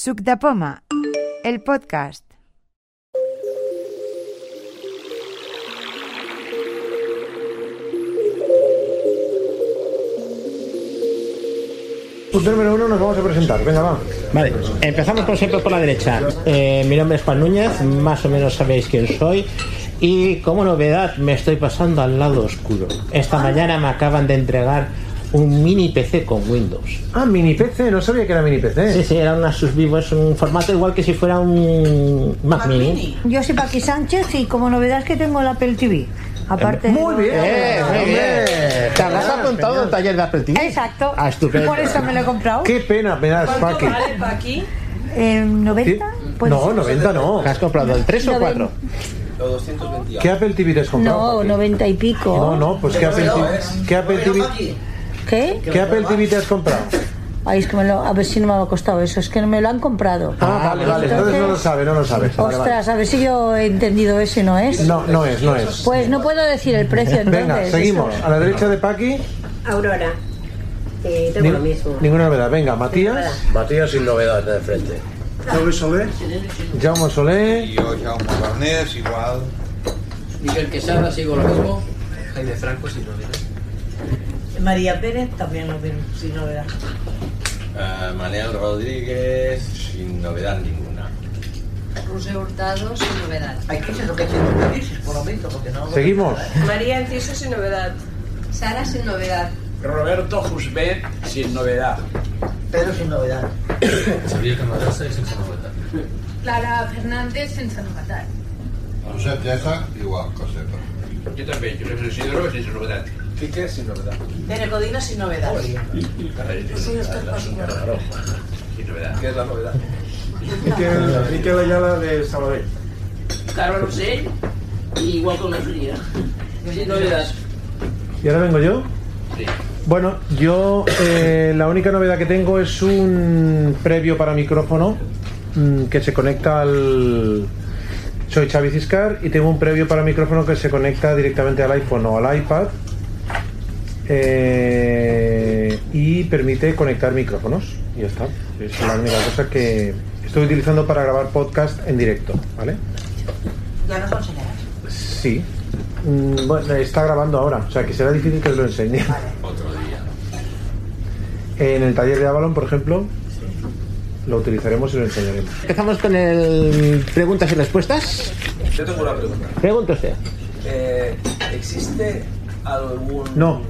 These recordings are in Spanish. Suc de poma, el podcast. Punto número uno nos vamos a presentar, venga va. Vale, empezamos por siempre por la derecha. Eh, mi nombre es Juan Núñez, más o menos sabéis quién soy. Y como novedad me estoy pasando al lado oscuro. Esta mañana me acaban de entregar un mini PC con Windows. Ah, mini PC, no sabía que era mini PC. Sí, sí, era una susvivo, es un formato igual que si fuera un Mac Mini. Yo soy Paqui Sánchez y como novedad es que tengo el Apple TV. Aparte. Muy bien. Eh, muy hombre. bien. Te habrás Genial, apuntado al genial. taller de Apple TV. Exacto. Ah, estupendo. Por eso me lo he comprado. Qué pena me das, ¿Cuánto Paqui. vale Paqui? Eh, Sí. ¿90? Pues- No, 90 no. ¿Has comprado el 3 o 4? ¿Qué Apple TV te has comprado? No, 90 y pico. No, no, pues ¿qué Apple TV? ¿Qué Apple TV? ¿Qué? ¿Qué Apple TV te has comprado? Ay, es que me lo, a ver si no me ha costado eso. Es que no me lo han comprado. Ah, vale, vale. Entonces no lo sabe, no lo sabe. Vale, vale. Ostras, a ver si yo he entendido ese, ¿no es? No, no es, no es. Pues no puedo decir el precio entonces. Venga, seguimos. A la derecha de Paqui, Aurora. Eh, tengo ni- lo mismo. ninguna novedad. Venga, Matías, Matías sin novedad de frente. Jaume Soler. Yo, Jaume Farnés, igual. Miguel Quesada, sigo lo mismo. Jaime Franco sin novedad. María Pérez también lo tiene, sin novedad. Eh, Manel Rodríguez, sin novedad ninguna. Ruse Hurtado, sin novedad. Seguimos. María Enciso sin novedad. Sara, sin novedad. Roberto Jusbet, sin novedad. Xavier Camarasa y sin novedad. Clara Fernández, sense novetat. Josep Llesa, igual, Josepa. Yo también, yo soy Isidro, sin novedad. Quique, sin novedad. Tere Codina sin novedad. Sin novedad. ¿Qué es la novedad? Miquel Ayala de Sabadell. Carlos Rosell, igual con la fría. Sin novedad. Y ahora vengo yo. Sí. Bueno, yo eh, la única novedad que tengo es un previo para micrófono mm, que se conecta al... Soy Xavi Ciscar y tengo un previo para micrófono que se conecta directamente al iPhone o al iPad eh, y permite conectar micrófonos. Y ya está. Es la única cosa que estoy utilizando para grabar podcast en directo, ¿vale? Ya nos lo enseñarás. Sí. Mm, Bueno, está grabando ahora, o sea que será difícil que os lo enseñe. Otro día. En el taller de Avalon, por ejemplo, lo utilizaremos y lo enseñaremos. Empezamos con el preguntas y respuestas. Yo tengo una pregunta. Pregunta usted. Eh, ¿Existe algún... No,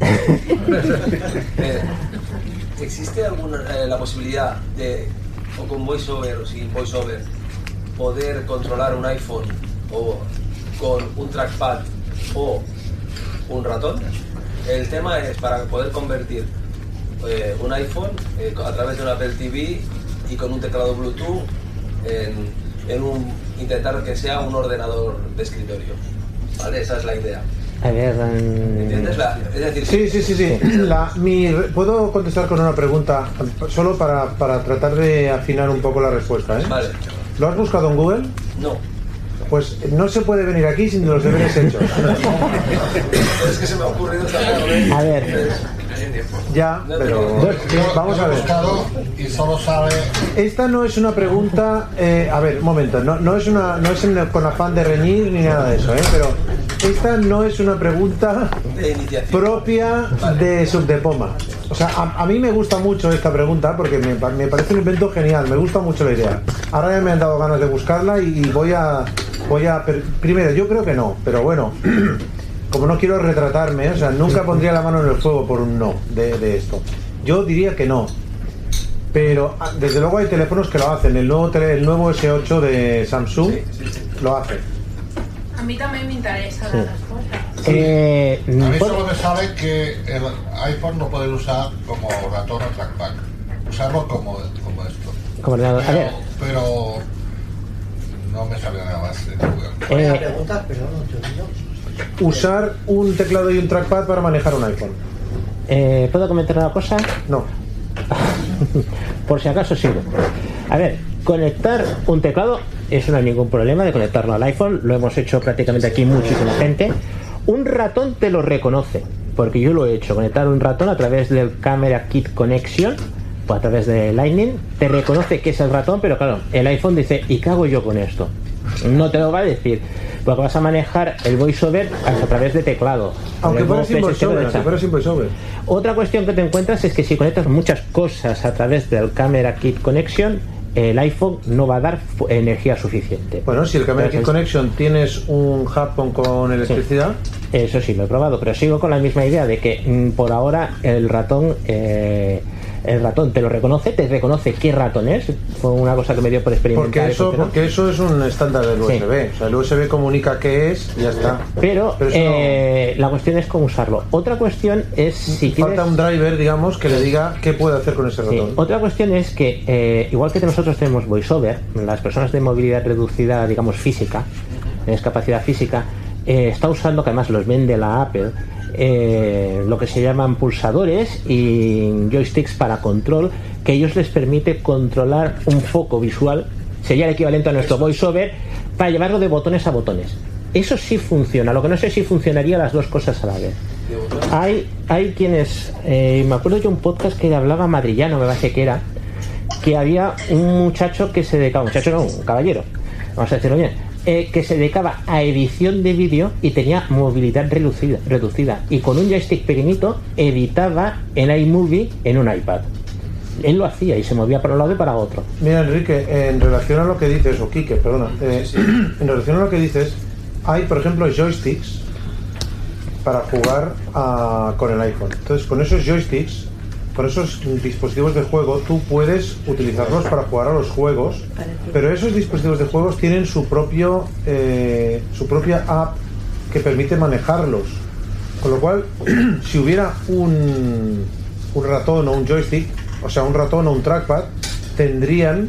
Eh, ¿Existe alguna, eh, la posibilidad de, o con voiceover o sin voiceover, poder controlar un iPhone o con un trackpad o un ratón? El tema es para poder convertir eh, un iPhone eh, a través de un Apple TV y con un teclado Bluetooth en, en un intentar que sea un ordenador de escritorio. ¿Vale? Esa es la idea. A ver. mm, ¿Entiendes? La- es decir, sí, sí, sí, sí. La- mi re- Puedo contestar con una pregunta, solo para, para tratar de afinar un poco la respuesta. ¿eh? Vale. ¿Lo has buscado en Google? No. Pues no se puede venir aquí sin los deberes hechos. Es que se me ha ocurrido también. A ver. Ya, pero Yo- vamos yo a he ver. buscado y solo sale Esta no es una pregunta, eh, a ver, un momento, no, no es una, no es en- con afán de reñir ni nada de eso, ¿eh? pero esta no es una pregunta De iniciativa. propia de Subdepoma. O sea, a, a mí me gusta mucho esta pregunta porque me, pa- me parece un invento genial, me gusta mucho la idea. Ahora ya me han dado ganas de buscarla y, voy a... Voy a per- primero, yo creo que no, pero bueno, como no quiero retratarme, o sea, nunca pondría la mano en el fuego por un no de, de esto. Yo diría que no. Pero ah, desde luego hay teléfonos que lo hacen. El nuevo, tele- el nuevo S8 de Samsung lo hace. A mi també m'interessa sí. la resposta. Eh, A mí ¿puedo- solo me sale que el iPhone no puede usar como ratón o trackpad. Usarlo como, como esto. como ordenador? A ver. Pero, pero no me sale nada más de Google. eh, Usar un teclado y un trackpad para manejar un iPhone. eh, ¿Puedo comentar una cosa? No. Por si acaso sirve. A ver, conectar un teclado, eso no hay ningún problema de conectarlo al iPhone, lo hemos hecho prácticamente aquí muchísima gente. Un ratón te lo reconoce, porque yo lo he hecho, conectar un ratón a través del Camera Kit Connection, pues a través de Lightning, te reconoce que es el ratón, pero claro, el iPhone dice, ¿y qué hago yo con esto? No te lo va a decir, porque vas a manejar el voiceover a través de teclado. Aunque El fuera sin voiceover, voiceover, aunque etcétera. fuera sin voiceover. Otra cuestión que te encuentras es que si conectas muchas cosas a través del Camera Kit Connection, el iPhone no va a dar fu- energía suficiente. Bueno, si el Camera Kit Connection tienes un Japón con electricidad. Eso sí, lo he probado, pero sigo con la misma idea de que mm, por ahora el ratón eh, el ratón te lo reconoce, te reconoce qué ratón es. Fue una cosa que me dio por experimentar. Porque eso, etcétera. porque eso es un estándar del Sí. USB. O sea, el USB comunica qué es y ya está. Pero, eso eh, la cuestión es cómo usarlo. Otra cuestión es si falta quieres- un driver, digamos, que le diga qué puede hacer con ese Sí, ratón. Otra cuestión es que, eh, igual que nosotros tenemos voiceover, las personas de movilidad reducida, digamos física, de discapacidad física, eh, está usando, que además los vende la Apple, eh, lo que se llaman pulsadores y joysticks para control, que ellos les permite controlar un foco visual, sería el equivalente a nuestro voiceover, para llevarlo de botones a botones. Eso sí funciona, lo que no sé si funcionaría las dos cosas a la vez. Hay, hay quienes, eh, me acuerdo yo un podcast que hablaba madrillano, me parece que era, que había un muchacho que se dedicaba, un muchacho no, un caballero, vamos a decirlo bien, eh, que se dedicaba a edición de vídeo y tenía movilidad reducida, reducida y con un joystick pequeñito editaba en iMovie en un iPad. Él lo hacía y se movía para un lado y para otro. Mira, Enrique, en relación a lo que dices, o Quique, perdona, eh, en relación a lo que dices, hay, por ejemplo, joysticks para jugar a- con el iPhone. Entonces, con esos joysticks, con esos dispositivos de juego, tú puedes utilizarlos para jugar a los juegos, pero esos dispositivos de juegos tienen su, propio, eh, su propia app que permite manejarlos. Con lo cual, si hubiera un, un ratón o un joystick, o sea, un ratón o un trackpad, tendrían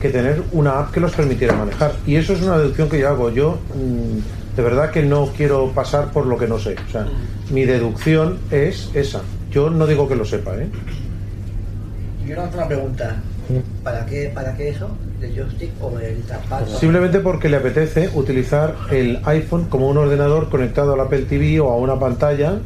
que tener una app que los permitiera manejar. Y eso es una deducción que yo hago. Yo mm, de verdad que no quiero pasar por lo que no sé. O sea, mi deducción es esa. Yo no digo que lo sepa, ¿eh? Y una otra pregunta. ¿Para qué, para qué eso? ¿El joystick o el trackpad? Simplemente porque le apetece utilizar el iPhone como un ordenador conectado al Apple TV o a una pantalla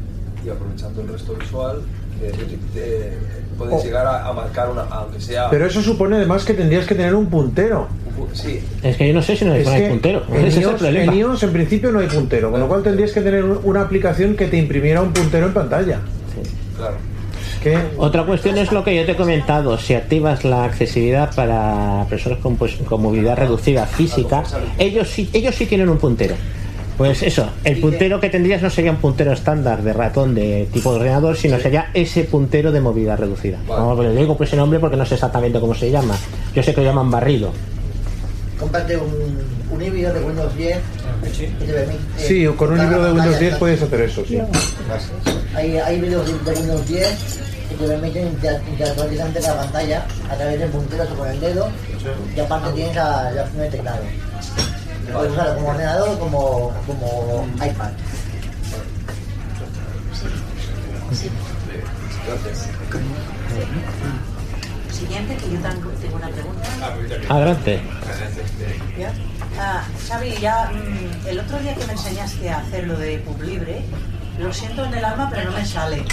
y aprovechando el resto visual, eh, eh, puedes Oh. llegar a, a marcar una, aunque sea. Pero eso supone además que tendrías que tener un puntero. Sí, Es que yo no sé si no Es hay que puntero. En Ese es el iOS, problema. en iOS, en principio no hay puntero, con lo cual tendrías que tener un- una aplicación que te imprimiera un puntero en pantalla. claro. Que Otra cuestión es lo que yo te he comentado. Si activas la accesibilidad para personas con, pues, con movilidad reducida física, ellos sí, ellos sí tienen un puntero. Pues eso, el puntero que tendrías no sería un puntero estándar de ratón de tipo de ordenador, sino sería ese puntero de movilidad reducida. Vamos, le digo por ese nombre porque no sé exactamente cómo se llama. Yo sé que lo llaman barrido. Cómprate un, un híbrido de Windows 10 Ah, que te permite... Sí, Eh, con un tocar libro la de Windows pantalla. 10 puedes hacer eso, sí. Hay, hay híbridos de de Windows 10 que te permiten inter- interactuar directamente con la pantalla a través de punteros o con el dedo y aparte tienes la, la opción de teclado. Lo puedes usar como ordenador o como, como iPad. Gracias. Siguiente, que yo tengo tengo una pregunta. Adelante. ¿Ya? Ah, Xavi, ya mm, el otro día que me enseñaste a hacer lo de PubLibre, lo siento en el alma, pero no me sale.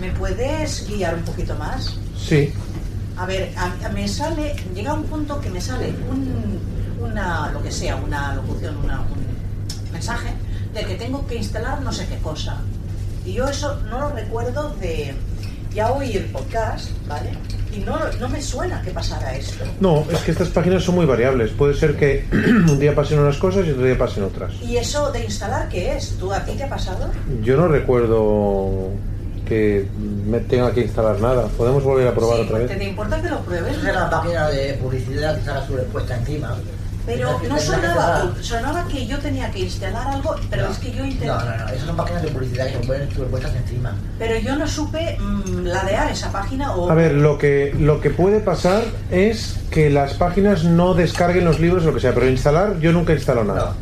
¿Me puedes guiar un poquito más? Sí. A ver, a- a- me sale, llega un punto que me sale un, una, lo que sea, una locución, una- un mensaje de que tengo que instalar no sé qué cosa. Y yo eso no lo recuerdo de, ya oí el podcast, ¿vale? Y no, no me suena que pasara esto. No, es que estas páginas son muy variables. Puede ser que un día pasen unas cosas y otro día pasen otras. ¿Y eso de instalar qué es? ¿Tú a ti te ha pasado? Yo no recuerdo que me tenga que instalar nada. Podemos volver a probar otra vez. ¿Te, te importa que lo pruebes? Es una página de publicidad que salga su respuesta encima. Pero no sonaba, sonaba que yo tenía que instalar algo, pero No. es que yo intenté... No, no, no, esas son páginas de publicidad que ponen sus respuestas encima. Pero yo no supe mm, ladear esa página o... A ver, lo que, lo que puede pasar es que las páginas no descarguen los libros o lo que sea, pero instalar, yo nunca instalo nada.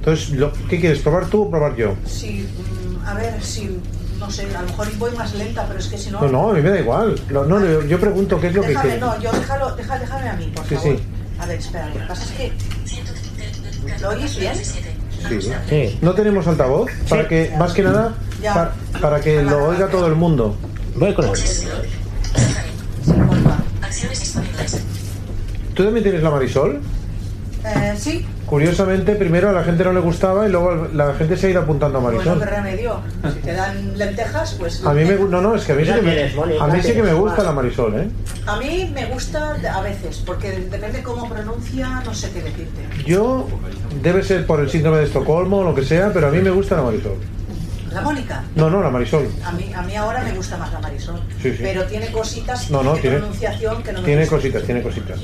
Entonces, lo, ¿qué quieres? ¿Probar tú o probar yo? Sí, mm, a ver, si, no sé, a lo mejor voy más lenta, pero es que si no... No, no, a mí me da igual. Lo- no, yo, yo pregunto qué es lo que Ah, Déjame, quieres. no, yo déjalo, deja- déjame a mí, por Sí, favor. sí. A ver, espera, lo que pasa es que... ¿Lo oyes bien? No tenemos altavoz, para que, más que nada, Ya. pa- para que lo oiga todo el mundo. Voy con él. aplicaciones disponibles. ¿Tú también tienes la Marisol? Eh, sí, Curiosamente, primero a la gente no le gustaba y luego al- la gente se ha ido apuntando a pues lo Marisol. que remedio. Si te dan lentejas, pues. A mí me gu- no, no, es que a mí sí que me, a mí sí que me gusta la Marisol, ¿eh? A mí me gusta a veces, porque depende cómo pronuncia, no sé qué decirte. Yo debe ser por el síndrome de Estocolmo o lo que sea, pero a mí me gusta la Marisol. La Mónica. No, no, la Marisol. A mí, a mí ahora me gusta más la Marisol. Sí, sí. Pero tiene cositas No, no, de tiene- pronunciación que no me Tiene gusta. cositas, tiene cositas.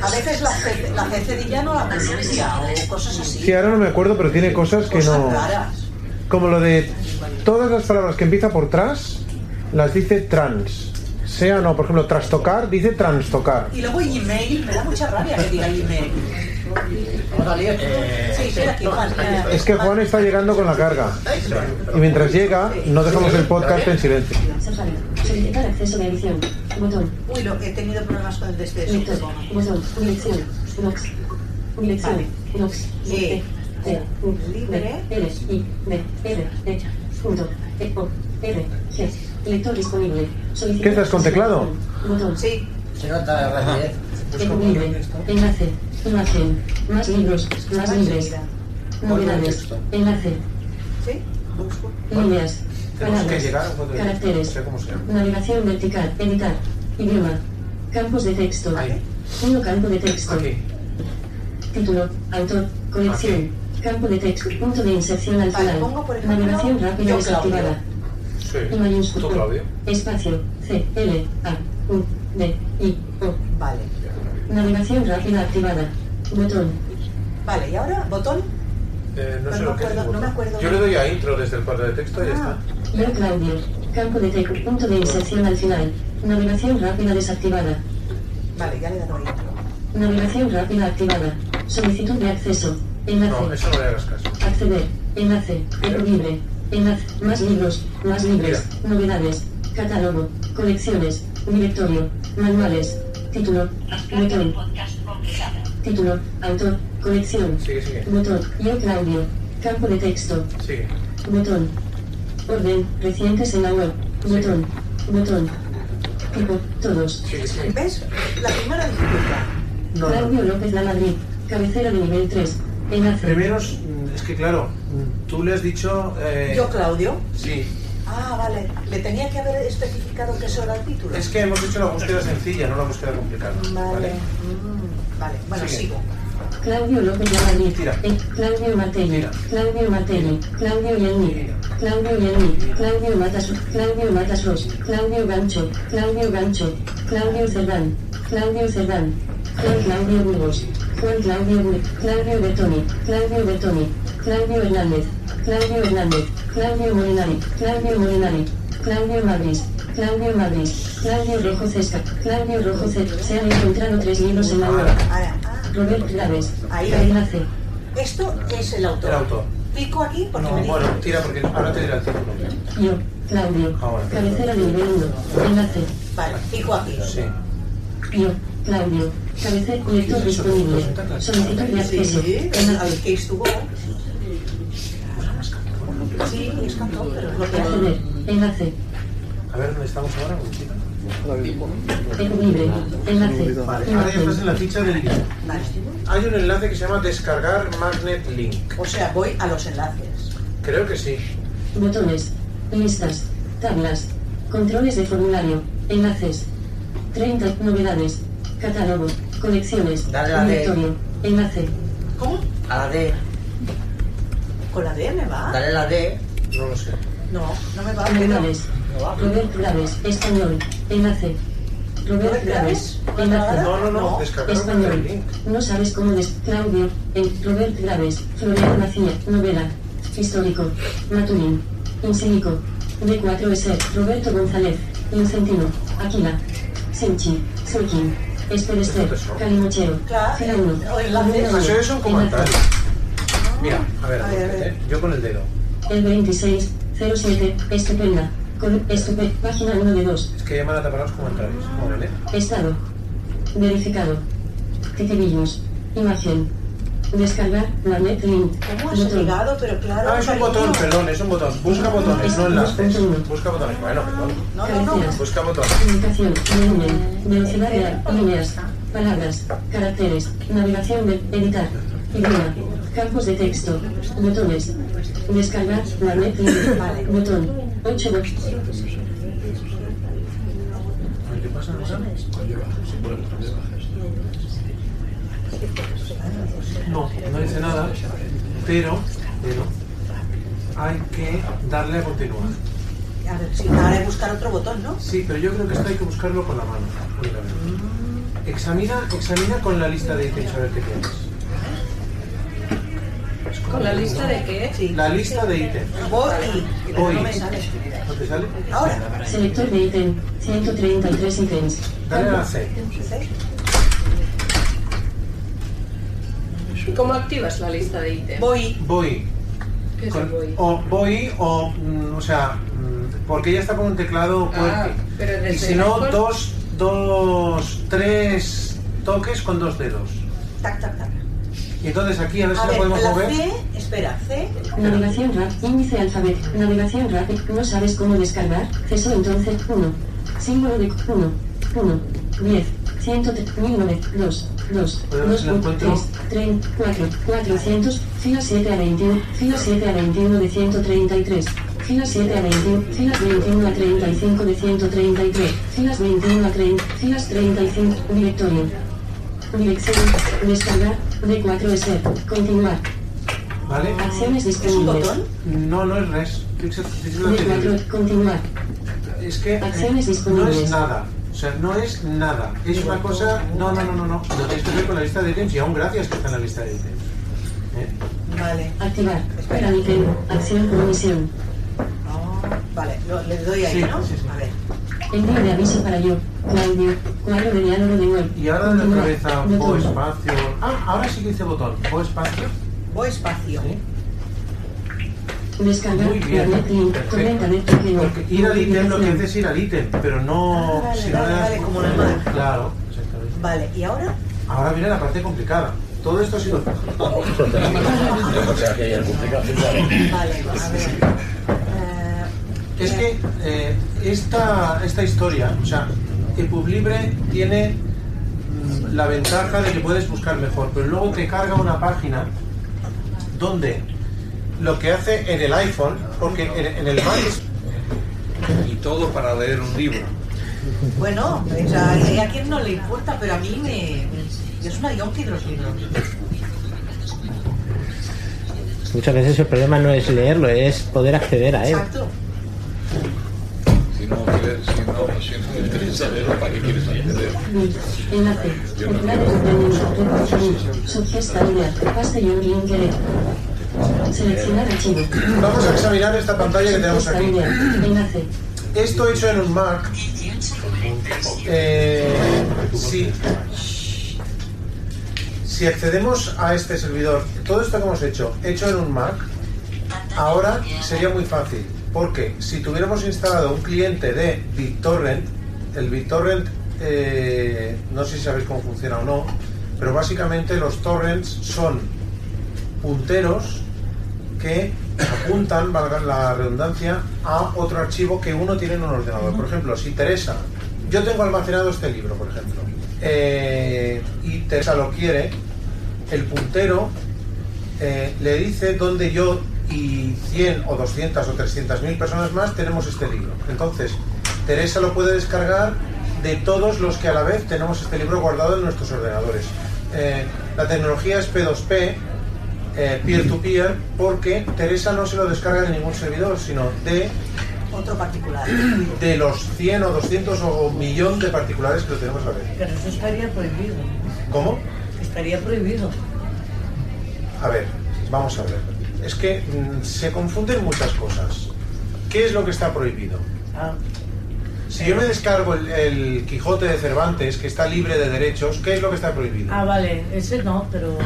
A veces la, ce- la cecedilla no la pronuncia o cosas así. Sí, ahora no me acuerdo, pero tiene cosas que Cosas no. raras. Como lo de todas las palabras que empieza por tras, las dice trans. Sea o no, por ejemplo, trastocar, dice transtocar. Y luego Gmail, me da mucha rabia que diga Gmail. Sí, sí, aquí, Juan. Es que Juan está llegando con la carga. Y mientras llega, no dejamos el podcast en silencio. Solicitar acceso a la edición. Botón. Uy, lo he tenido problemas con el este, despeso. Lector. Botón. Dirección. Nox. Dirección. Nox. Sí. T. U. B. L. I. B. R. E. Punto. E. O. R. G. Lector disponible. Solicitar. ¿Qué estás con teclado? Botón. Sí. Se nota la rapidez. Enlace. Enlace. Imagen. Más libros. pues, Más libres. Novedades. Enlace. Sí. Busco. Líneas. Tenemos que Palabras. llegar a un punto de- Caracteres. No sé cómo se llama. Navegación vertical, editar, idioma, campos de texto, uno campo de texto, título, autor, colección, campo de texto, punto de inserción al final, navegación rápida yo, desactivada, Sí. y mayúscula, Tú, Claudio. espacio, C, L, A, U, D, I, O, vale, navegación rápida activada, botón, Vale, y ahora, botón. Eh, no No sé me lo que es. acuerdo, no Ah, me acuerdo. Yo le doy a intro desde el cuadro de texto y ya está. yo Claudio, campo de texto, punto de inserción al final, navegación rápida desactivada. Vale, ya le he dado ahí. Navegación rápida activada. Solicitud de acceso. Enlace. No, eso no le hagas caso. Acceder. Enlace. Libre. Enlace. Más libros. Más libres. Novedades. Catálogo. Colecciones. Directorio. Manuales. Título. Botón. Título. Autor. Colección. Sigue, sigue. Botón. Yo Claudio. Campo de texto. Sigue. Botón. Orden. Recientes en la web. Botón. Botón. Tipo. Todos. ¿Ves? La primera dificultad. Claudio López La Madrid. Cabecera de nivel 3. Enlace. Primeros, mm, es que claro, mm, tú le has dicho. eh, Yo, Claudio. Sí. Ah, vale. Le tenía que haber especificado que eso era el título. Es que hemos hecho la búsqueda sencilla, no la búsqueda complicada. Vale. ¿vale? Mm, vale, bueno, Sigue. sigo. Claudio López La Madrid. Eh, Claudio Martelli. Claudio Martelli. Claudio Yanni. Claudio Yanni. Claudio Matas. Claudio Matasos. Claudio Gancho. Claudio Gancho. Claudio Cerdán. Claudio Cerdán. Juan Claudio Burgos. Juan Claudio Burgos. Claudio Bertoni. Claudio Bertoni. Claudio Hernández. Claudio Hernández. Claudio Molinari. Claudio Molinari. Claudio Madrid. Claudio Madrid. Claudio Rojo Cesca. Claudio Rojo Cesca. Se han encontrado tres libros en la web. Robert Claves. Ahí. Enlace. Esto es el autor. El autor. Pico aquí porque No, me dice. bueno, tira porque ahora te dirá el título. Yo, Claudio. Cabecera de nivel 1. Enlace. Vale, pico aquí. Sí. Yo, Claudio. Cabecera lector disponible. Solicitud de acceso. Sí, Enlace. que estuvo. Sí, es cantón, pero es lo que hace. Acceder. Enlace. A ver, ¿dónde estamos Ah, ahora? Un momentito. Eco libre. Enlace. Vale, ahora ya estás en la ficha del guión. Vale. Hay un enlace que se llama Descargar Magnet Link. O sea, voy a los enlaces. Creo que sí. Botones. Listas. Tablas. Controles de formulario. Enlaces. 30 novedades. Catálogo. Colecciones. Dale a la D. Directorio. Enlace. ¿Cómo? A la D. ¿Con la D me Ah. va? Dale a la D. No lo sé. No, no me va. Manuales. No va. Robert Graves, español, enlace. Robert Graves, enlace. No, no, no, descargar Español. el link. No sabes cómo des... Claudio, en Robert Graves, Florian Macía, novela. Histórico. Maturín. Insílico. D4S, Roberto González. Incentino. Aquila. Senchi. Sokin. Espelester. Calimocheo. Gerardo. Este Eso es un comentario. Enlace. Ah. Mira, a ver, eh, yo con el dedo. El 26, 07, estupenda. Con estupenda. Página 1 de 2. Es que ya me han atrapado los comentarios. Muy bien, ¿eh? Estado. Verificado. Titerillos. Imagen. Descargar Planet Link. ¿Cómo has llegado? Pero claro. Ah, es un botón, cariño. perdón, es un botón. Busca botones, no enlaces. Busca botones. Bueno, perdón. No, no, no. Busca botones. Comunicación, Eh, volumen, velocidad de líneas, palabras, caracteres, navegación de editar, idioma, campos de texto, botones, descargar, planet, link, botón, 8 ¿Qué pasa ahora? No, no dice nada, pero, pero hay que darle a continuar. A ver, si ahora hay que buscar otro botón, ¿no? Sí, pero yo creo que esto hay que buscarlo con la mano. únicamente. Examina, examina con la lista de ítems a ver qué tienes. ¿Con la lista de qué? Sí. La lista de ítems. Voy y Voy. no me sale. ¿No te sale? Ahora. Selector de ítem, 133 ítems. Dale a la C. ¿Y cómo activas la lista de ítems? Voy. Voy. ¿Qué es el Con- voy? O voy o, mm, o sea, mm, porque ya está con un teclado Ah, fuerte. pero desde y si no, lejos- dos, dos, tres toques con dos dedos. Tac, tac, tac. Y entonces aquí a ver si A lo ver, podemos la mover. C, espera, C. Navegación RAP, índice alfabet, navegación RAP, no sabes cómo descargar, eso entonces 1, símbolo de 1, 1, 10, 109, 2, 2, Bueno, 2, si lo encuentro. 3, 3, 4, 400, filo 7 a 21, filo 7 a 21 de 133. Filas 7 a 21, filas 21 a 35 de 133, filas 21 a 30, filas 35, directorio. Dirección, descargar, D4S, continuar, ¿Vale? acciones disponibles. No, no es res. Fix- fix- lo que digo. D4, continuar. Es que eh, Acciones no disponibles. es nada. O sea, no es nada. Es una cosa. No, no, no, no, no. Lo tenéis que ver con la lista de ítems y aún gracias que está en la lista de ítems. Vale. Activar. Para ítem, acción o misión. Vale, lo- le doy Sí, ahí, ¿no? sí, A ver. Envío de aviso para yo. Claudio. Cuadro de diálogo de web. Y ahora de la Continuar. cabeza, o Botón. espacio. Ah, ahora sí que dice botón. O espacio. O espacio. Descargar. Muy bien. Planet Link. Perfecto. Tormenta de torneo. Porque ir al ítem lo que hace es ir al ítem, pero no. Ah, vale, si no vale, le das- vale, como normal. Claro, exactamente. Vale, ¿y ahora? Ahora viene la parte complicada. Todo esto ha sido fácil. Vale, a ver. Es que eh, esta, esta historia, o sea, Epublibre tiene mm, la ventaja de que puedes buscar mejor, pero luego te carga una página donde lo que hace en el iPhone, porque en, en el Mac es- Y todo para leer un libro. Bueno, o sea, hay a quien no le importa, pero a mí me. Yo soy una yonki de los libros. Muchas veces el problema no es leerlo, es poder acceder a él. Exacto. Si no quieres, si no, si no quieres saberlo, ¿para qué quieres Mm. saberlo? Link. Enlace. Teclado contenido. Link. Subgesta lineal. Paste y un link direct. Seleccionar archivo. Vamos a examinar esta pantalla que tenemos Subgesta aquí. lineal. Enlace. Esto hecho en un Mac, eh, si, si accedemos a este servidor, todo esto que hemos hecho, hecho en un Mac, ahora sería muy fácil, porque si tuviéramos instalado un cliente de BitTorrent, el BitTorrent, eh, no sé si sabéis cómo funciona o no, pero básicamente los torrents son punteros que apuntan, valga la redundancia, a otro archivo que uno tiene en un ordenador. Por ejemplo, si Teresa, yo tengo almacenado este libro, por ejemplo, eh, y Teresa lo quiere, el puntero eh, le dice dónde yo y 100 o 200 o 300 mil personas más tenemos este libro. Entonces, Teresa lo puede descargar de todos los que a la vez tenemos este libro guardado en nuestros ordenadores. Eh, la tecnología es P2P, eh, peer-to-peer, porque Teresa no se lo descarga de ningún servidor, sino de, Otro particular. de los 100 o 200 o millón de particulares que lo tenemos a la vez. Pero eso estaría prohibido. ¿Cómo? Estaría prohibido. A ver, vamos a ver. Es que mm, se confunden muchas cosas. ¿Qué es lo que está prohibido? Ah, Si yo me descargo el, el Quijote de Cervantes, que está libre de derechos, ¿qué es lo que está prohibido? ah, vale, ese no, pero.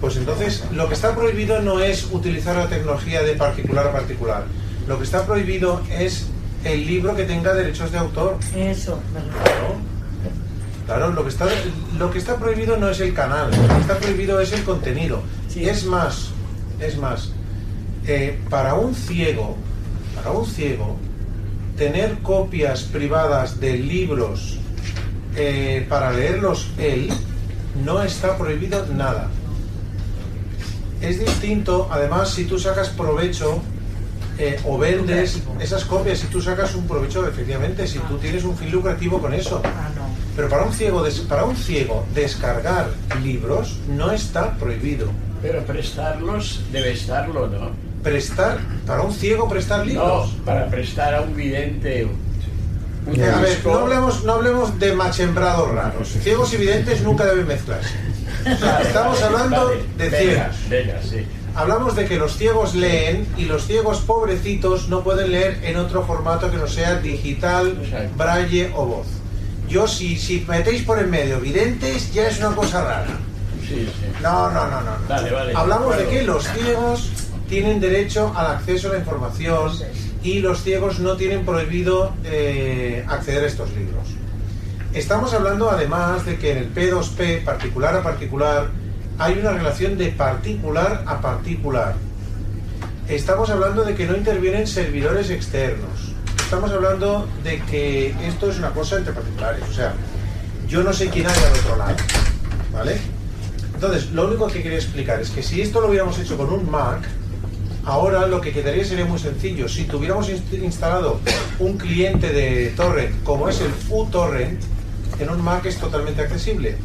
Pues entonces, lo que está prohibido no es utilizar la tecnología de particular a particular. Lo que está prohibido es el libro que tenga derechos de autor. Eso, me refiero. Claro. Claro, lo que, está, lo que está prohibido no es el canal, lo que está prohibido es el contenido. Es más, es más, eh, para un ciego, para un ciego, tener copias privadas de libros eh, para leerlos él, no está prohibido nada. Es distinto, además, si tú sacas provecho eh, o vendes esas copias, si tú sacas un provecho, efectivamente, si tú tienes un fin lucrativo con eso. Pero para un ciego, des- para un ciego descargar libros no está prohibido. Pero prestarlos debe estarlo, ¿no? Prestar, para un ciego prestar libros. No, para prestar a un vidente. Un Eh, a ver, disco. no hablemos, no hablemos de machembrados raros. Ciegos y videntes nunca deben mezclarse. O sea, Vale, Estamos vale, hablando vale. de Venga, ciegos. Venga, sí. Hablamos de que los ciegos leen y los ciegos pobrecitos no pueden leer en otro formato que no sea digital, braille o voz. Yo, si, si metéis por el medio videntes, ya es una cosa rara. Sí, sí. No, no, no, no. no. Vale, vale. Hablamos de acuerdo. que los ciegos tienen derecho al acceso a la información y los ciegos no tienen prohibido eh, acceder a estos libros. Estamos hablando además de que en el P2P, particular a particular, hay una relación de particular a particular. Estamos hablando de que no intervienen servidores externos. Estamos hablando de que esto es una cosa entre particulares. O sea, yo no sé quién hay al otro lado. ¿Vale? Entonces, lo único que quería explicar es que si esto lo hubiéramos hecho con un Mac, ahora lo que quedaría sería muy sencillo. Si tuviéramos inst- instalado un cliente de torrent, como es el uTorrent, en un Mac es totalmente accesible.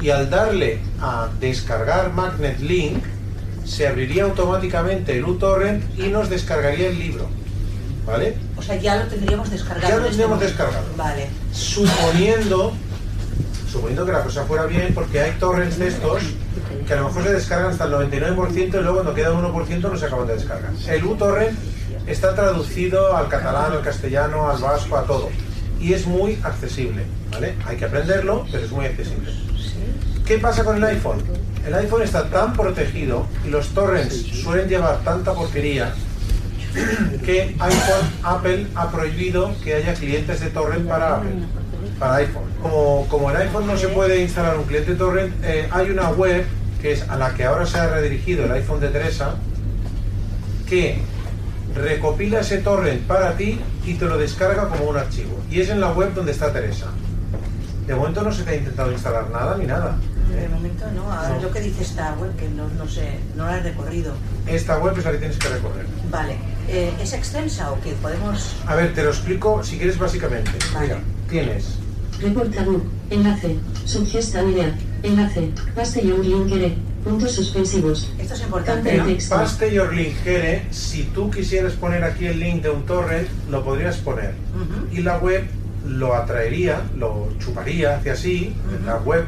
Y al darle a descargar Magnet Link, se abriría automáticamente el uTorrent y nos descargaría el libro. ¿Vale? O sea, ya lo tendríamos descargado. Ya lo en este tendríamos momento. descargado. Vale. suponiendo suponiendo que la cosa fuera bien porque hay torrents de estos que a lo mejor se descargan hasta el 99% y luego cuando queda un 1% no se acaban de descargar el uTorrent está traducido al catalán, al castellano, al vasco, a todo y es muy accesible ¿vale? hay que aprenderlo pero es muy accesible ¿qué pasa con el iPhone? el iPhone está tan protegido y los torrents suelen llevar tanta porquería que iPhone, Apple ha prohibido que haya clientes de torrent para Apple, para iPhone. Como, como en iPhone no se puede instalar un cliente torrent, eh, hay una web que es a la que ahora se ha redirigido el iPhone de Teresa que recopila ese torrent para ti y te lo descarga como un archivo. Y es en la web donde está Teresa. De momento no se te ha intentado instalar nada ni nada. De momento no. Ahora No. lo que dice esta web, que no, no sé, no la he recorrido. Esta web es la que tienes que recorrer. Vale. Eh, ¿Es extensa o que podemos...? A ver, te lo explico si quieres básicamente. Mira, tienes Reportado. Enlace. Suggestan idea. Enlace. Paste y un linkere. Puntos suspensivos. Esto es importante, En Paste your linkere, si tú quisieras poner aquí el link de un torrent, lo podrías poner. Y la web lo atraería, lo chuparía hacia sí, la web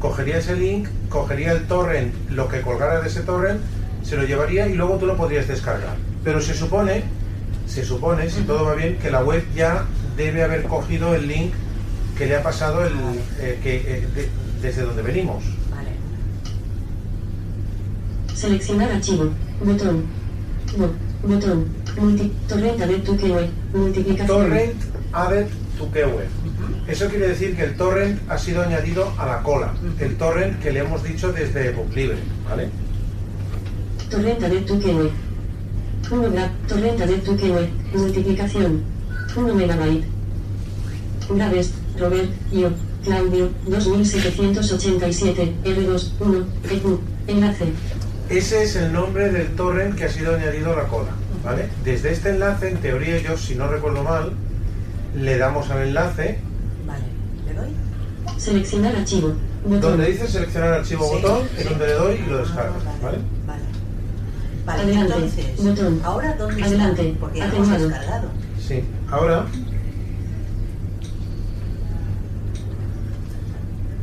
cogería ese link, cogería el torrent, lo que colgara de ese torrent, se lo llevaría y luego tú lo podrías descargar. Pero se supone, se supone, si todo va bien, que la web ya debe haber cogido el link que le ha pasado el, eh, que, eh, de- desde donde venimos. Seleccionar archivo. Botón. Bo- botón. Multi. Torrenta de tu que Multiplicación. Torrent added to keyword. Eso quiere decir que el torrent ha sido añadido a la cola. El torrent que le hemos dicho desde Book Libre, ¿vale? Torrenta de tu que Monograph. Torrenta de tu que Multiplicación. 1 megabyte. Graves. Robert. Yo. Claudio. 2787. R2. 1. EQ. Enlace. Ese es el nombre del torrent que ha sido añadido a la cola, ¿vale? Desde este enlace, en teoría yo, si no recuerdo mal, le damos al enlace ¿Le doy? Seleccionar archivo. Botón. donde dice seleccionar archivo Sí, botón, sí. Ah, es donde le doy y lo descargo, ¿vale? Vale, Adelante. entonces, Botón. ¿ahora dónde Adelante. está? Porque ya lo hemos Atenuado. descargado. Sí, ahora...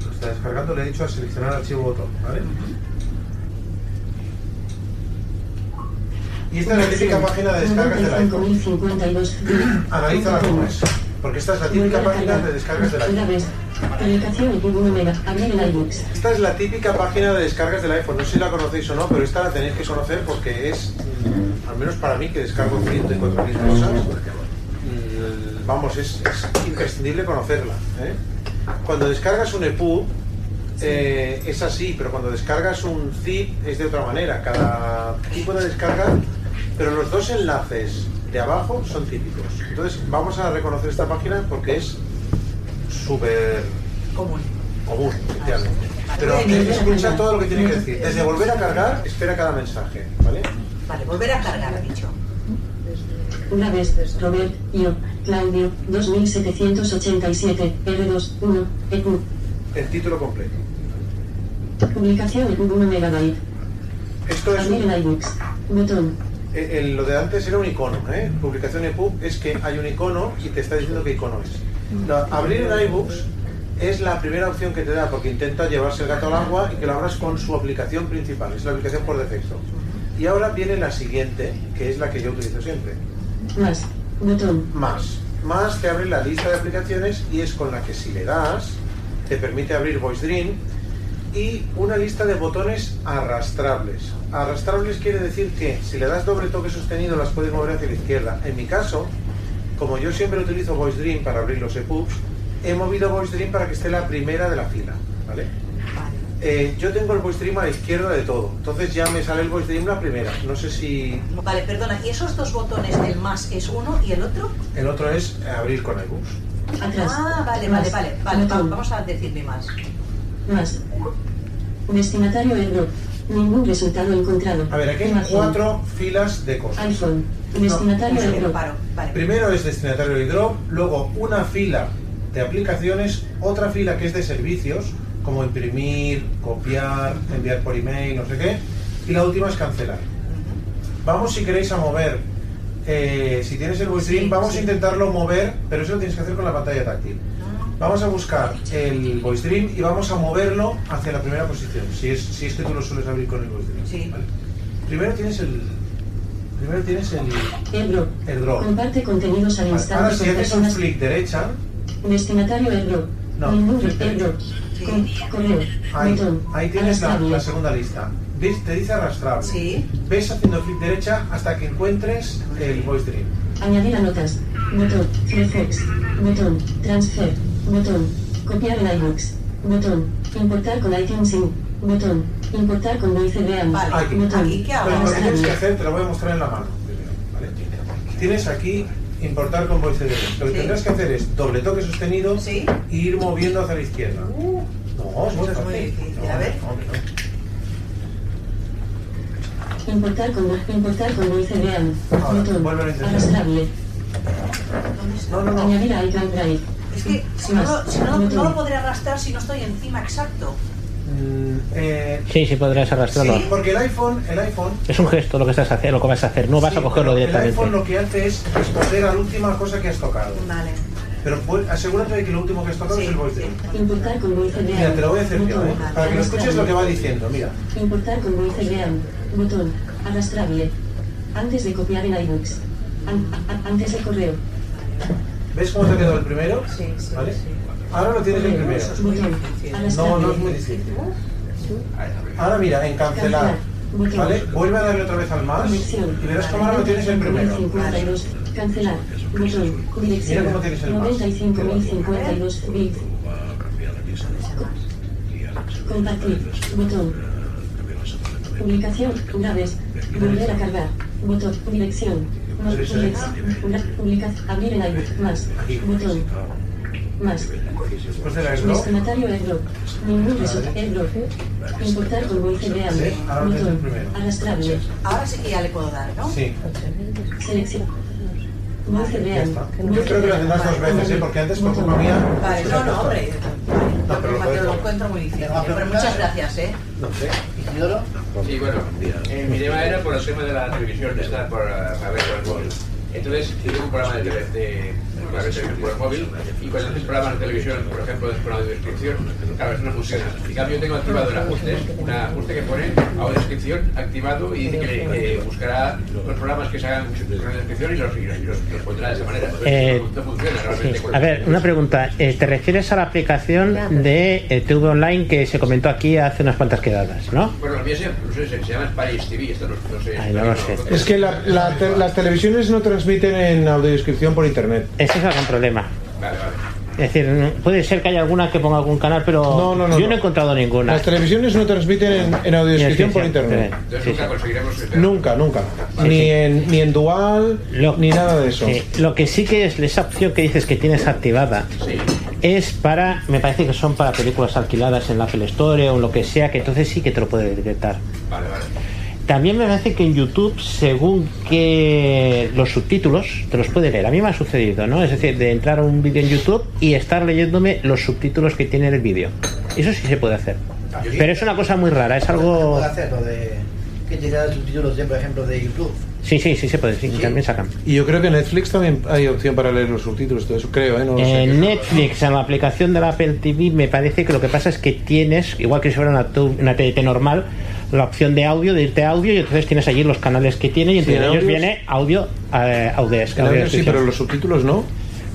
Lo está descargando, le he dicho a seleccionar archivo botón, ¿vale? Y esta es la típica página de descargas del iPhone. 95052. Analiza las nubes, porque esta es la típica página de descargas del iPhone. Graves. Publicación y 1 mega. Abrir el iBooks. Esta es la típica página de descargas del iPhone. No sé si la conocéis o no, pero esta la tenéis que conocer porque es, mm, al menos para mí, que descargo 104.000 cosas, mm, vamos, es, es imprescindible conocerla. ¿eh? cuando descargas un EPUB eh, es así, pero cuando descargas un zip es de otra manera. Cada tipo de descarga, pero los dos enlaces de abajo son típicos. Entonces vamos a reconocer esta página porque es súper común. común, efectivamente. Pero eh, escucha todo lo que tiene que decir. Desde volver a cargar, espera cada mensaje, ¿vale? Vale, volver a cargar, ha dicho. Una vez, Robert, yo, Claudio, 2787, R2, 1, EQ. El título completo. Publicación EQ 1 megabyte. Esto es un- Familia iBooks. Botón. Eh, el- lo de antes era un icono, ¿eh? Publicación EPUB es que hay un icono y te está diciendo qué icono es. La- abrir en iBooks es la primera opción que te da porque intenta llevarse el gato al agua y que lo abras con su aplicación principal, es la aplicación por defecto. Y ahora viene la siguiente, que es la que yo utilizo siempre. Más. Botón. Más. Más te abre la lista de aplicaciones y es con la que si le das, te permite abrir Voice Dream y una lista de botones arrastrables. Arrastrables quiere decir que si le das doble toque sostenido las puedes mover hacia la izquierda. En mi caso, como yo siempre utilizo Voice Dream para abrir los EPUBs, he movido Voice Dream para que esté la primera de la fila. ¿vale? Eh, yo tengo el Voice Dream a la izquierda de todo, entonces ya me sale el Voice Dream la primera. No sé si Vale, perdona, ¿y esos dos botones del más es uno y el otro? el otro es eh, abrir con iBooks. Atrás. Ah, vale, vale, vale, vale, va- vamos a decirme más. Más. Destinatario Error. Ningún resultado encontrado. A ver, aquí hay Imagen. cuatro filas de cosas. iPhone. Destinatario un segundo, Error. Primero es destinatario y drop, luego una fila de aplicaciones, otra fila que es de servicios, como imprimir, copiar, enviar por email, no sé qué, y la última es cancelar. Vamos si queréis a mover, eh, si tienes el voice dream, vamos a intentarlo mover, pero eso lo tienes que hacer con la pantalla táctil. Vamos a buscar el voice dream y vamos a moverlo hacia la primera posición, si es, si es que tú lo sueles abrir con el voice dream. ¿vale? Primero tienes el... Primero tienes el... Error. El drop. Comparte contenidos al Vale, Ahora instante si con haces un personas. flick derecha, Destinatario Error. No. Ningún Error. Con- Correo. ahí, Botón. ahí tienes la, Arrastrable. la segunda lista. ¿Ves? Te dice arrastrable. Ves haciendo flick derecha hasta que encuentres el voice dream. Añadir a notas. Botón. Prefix. Botón. Transfer. Botón. Copiar en iBooks. Botón. Importar con iTunes in. Botón. Importar con Voice RAM. Aquí. Botón. Pero lo que tienes que Arrastrable. hacer te lo voy a mostrar en la mano. primero, ¿vale? Tienes aquí importar con voice dream. Lo que Sí. tendrás que hacer es doble toque sostenido e ir moviendo hacia la izquierda. no, es Eso muy Uh. es muy fácil. difícil, No, a ver. no, no. Importar con, importar con Voice RAM. Botón. Arrastrable. Añadir a iCloud Drive. Es que si no, lo- si no lo- no lo podré arrastrar si no estoy encima, exacto. Mm, eh, Sí, sí podrás arrastrarlo. sí, porque el iPhone, el iPhone Es un gesto lo que estás haciendo, lo que vas a hacer. No vas a cogerlo El directamente. iPhone lo que hace es responder a la última cosa que has tocado. Vale. Pero pu- asegúrate de que lo último que has tocado es el voice dream. Importar con Voice RAM. Mira, te lo voy a decir yo, Botón. ¿eh? Para que lo escuches lo que va diciendo, mira. Importar con voice real. Botón. Arrastrable. Antes de copiar en iBooks. An- a- antes el correo. ¿Ves cómo te ha quedado el primero? ¿Vale? Ahora lo tienes el primero. Botón. No, Arrastrable. no es muy difícil. Ahora mira, en cancelar. Botón. ¿Vale? Vuelve a darle otra vez al más Conexión. y verás cómo ahora lo tienes el primero. 52. Cancelar. Botón. Dirección. Mira cómo tienes el más. 95.052 bits. Compartir. Botón. Publicación. Graves. Volver a cargar. Botón. Dirección. No, Sí, sí. dirección. Gra- publica- Abrir el aire. Más. Botón. Más. Después de la error, Destinatario Airdrop. Ningún resultado. Airdrop. Importar con voice de hambre. Sí, ahora lo tienes Botón. primero. Arrastrable. Ahora sí que ya le puedo dar, ¿no? Sí. Selección. Voice de ya hambre. está. Yo creo que lo tendrás dos veces, ¿eh? Porque antes por culpa mía. Vale, no, no, hombre. No, pero lo Yo puedes lo tomar. encuentro muy difícil. Pero muchas gracias, ¿eh? No sé. Sí, bueno, eh, mi tema era por el tema de la televisión, de estar por, eh, para ver por el móvil. Entonces, yo tengo un programa de, tele, de- para ver televisión por el móvil y cuando haces programas de televisión, por ejemplo, es programa de descripción, claro, eso no funciona. En cambio, yo tengo activado el ajuste, un ajuste que pone audiodescripción activado y dice que eh, buscará los programas que se hagan con descripción y los, y los, y los pondrá de esa manera. Entonces, Eh, no funciona realmente. Sí. A ver, una pregunta. Eh, ¿Te refieres a la aplicación de eh, TV Online que se comentó aquí hace unas cuantas quedadas, no? Bueno, lo mío se, no sé, se, se llama Spanish TV, esto no, no sé. Ay, no lo sé. Es que la- la te- las televisiones no transmiten en audiodescripción por internet. Ese es algún problema. Vale, vale. Es decir, no- puede ser que haya alguna que ponga algún canal, pero No, no, no, yo no, no. he encontrado ninguna. Las televisiones no transmiten en, en audiodescripción por internet. Entonces nunca conseguiremos el Nunca, nunca. Sí, Ni sí. en, ni en dual, ni nada de eso. Sí, eh, lo que sí que es esa opción que dices que tienes activada es para, me parece que son para películas alquiladas en la Apple Store o lo que sea, que entonces sí que te lo puede detectar. Vale, vale. También me parece que en YouTube, según que los subtítulos, te los puede leer. A mí me ha sucedido, ¿no? Es decir, de entrar a un vídeo en YouTube y estar leyéndome los subtítulos que tiene el vídeo. Eso sí se puede hacer. Pero es una cosa muy rara, es algo... puedo hacer lo de que te da subtítulos de, por ejemplo, de YouTube. Sí, sí, sí se puede, sí, también sacan. Y yo creo que en Netflix también hay opción para leer los subtítulos, todo eso creo, ¿eh? No lo sé. En Netflix, en la aplicación de la Apple TV, me parece que lo que pasa es que tienes, igual que si fuera una, tu- una TDT normal, la opción de audio, de irte a audio, y entonces tienes allí los canales que tiene, y Sí, entre en ellos audios- viene audio, eh, Audesc, En audio audio sí, descripción. pero los subtítulos no.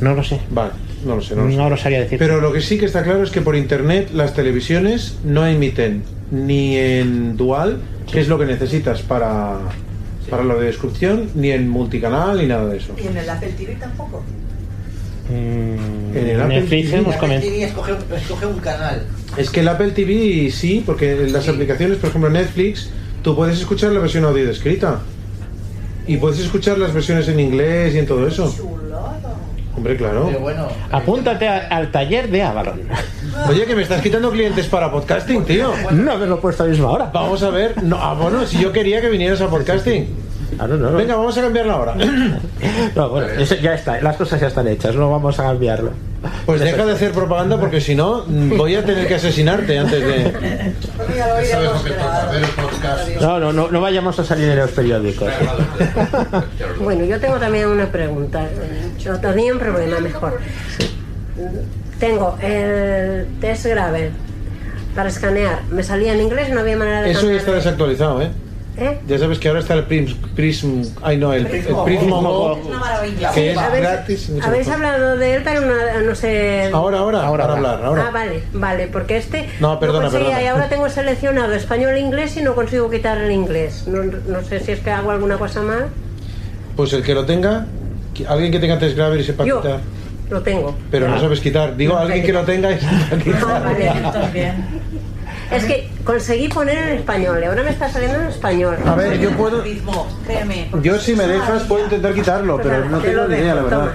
No lo sé. Vale, no lo sé, no lo sé. No lo sabría decir. Pero lo que sí que está claro es que por internet las televisiones no emiten ni en dual, que es lo que necesitas para, para la descripción, ni en multicanal, ni nada de eso. Y en el Apple TV tampoco. Mm, En el Apple TV. hemos comentado. TV escoge, escoge un canal. Es que el Apple TV sí, porque en las aplicaciones, por ejemplo Netflix, tú puedes escuchar la versión audio descrita. Y puedes escuchar las versiones en inglés y en todo eso. Hombre, claro. Apúntate a- al taller de Avalon. Oye, que me estás quitando clientes para podcasting, tío. No haberlo puesto a la misma hora. Vamos a ver. No, ah, bueno, si yo quería que vinieras a podcasting. Venga, vamos a cambiarlo ahora. No, bueno, eso ya está, las cosas ya están hechas, no vamos a cambiarlo. Pues deja de hacer propaganda porque si no, mm, voy a tener que asesinarte antes de. Sabes lo que toca, ver el podcast. No, no, no, no vayamos a salir en los periódicos. Bueno, yo tengo también una pregunta. Yo tenía un problema mejor. Tengo el test grave para escanear. Me salía en inglés, no había manera de Eso ya cambiar. está desactualizado, ¿eh? ¿Eh? Ya sabes que ahora está el Prism. prism ay, no, el, el Prism Go, Que es Habéis- gratis. y mucho Habéis mejor. hablado de él, pero no, no sé. Ahora, ahora, ahora, para hablar, ahora. Ah, vale, vale, porque este. No, perdona, conseguía, perdona. Y ahora tengo seleccionado español e inglés y no consigo quitar el inglés. No, no sé si es que hago alguna cosa mal. Pues el que lo tenga, que- alguien que tenga test graver y sepa Yo. quitar. Lo tengo. Pero Ah. no sabes quitar. Digo, No sé alguien que lo tenga y Ah, sepa quitar. Es que conseguí poner en español y ahora me está saliendo en español. A ver, yo puedo. Ritmo, créeme. Yo si me dejas puedo intentar quitarlo, Pues pero nada, no te tengo lo ni dejo, idea, la verdad.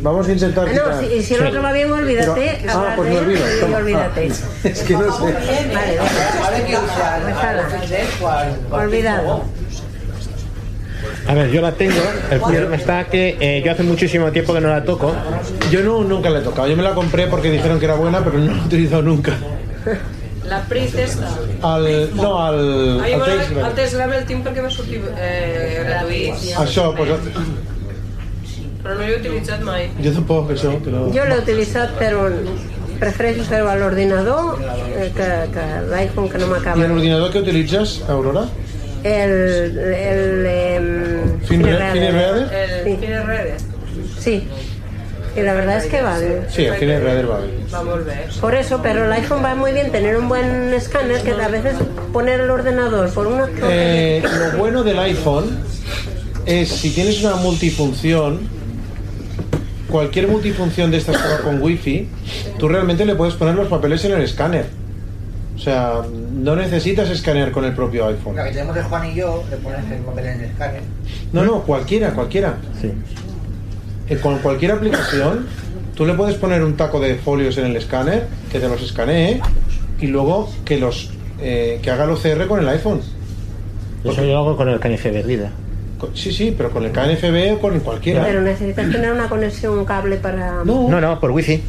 Vamos a intentar Ah, quitar. no, si, si el otro va bien, olvídate. Pero- ah, hablar pues me de él olvido. y toma. olvídate. Ah, es que no sé. Vale, Olvidado. A ver, yo la tengo, el problema está que eh, yo hace muchísimo tiempo que no la toco. Yo no, nunca la he tocado, yo me la compré porque dijeron que era buena, pero no la he utilizado nunca. La Pris esta. Al, no, al, Ahir al va Test el Drive. test grava el timbre que va sortir eh, gratuït. Això, pues, Però no l'he utilitzat mai. yo tampoco, eso, pero... Yo lo he utilizado, pero prefiero usarlo al ordenador eh, que, que al iPhone que no me ¿Y acaba. el ordenador que utilizas, Aurora? El. el em, Finre- Finreader. Sí. Sí. Y la verdad es que va bien. Sí, el Cine Reader va bien. Va molt bé. Por eso, pero el iPhone va muy bien tener un buen escáner que a veces poner el ordenador por una Eh, lo bueno del iPhone es si tienes una multifunción, cualquier multifunción de estas que va con wifi, tú realmente le puedes poner los papeles en el escáner. O sea, no necesitas escanear con el propio iPhone. La que tenemos de Juan y yo, le pones el papel en el escáner. ¿Eh? No, no, cualquiera, cualquiera. Eh, con cualquier aplicación, tú le puedes poner un taco de folios en el escáner, que te los escanee y luego que los eh, que haga el OCR con el iPhone. Eso yo hago con el canife perdida. Con- Sí, sí, pero con el KNFB o con cualquiera. Pero necesitas tener una conexión, un cable para... No, no, por wifi.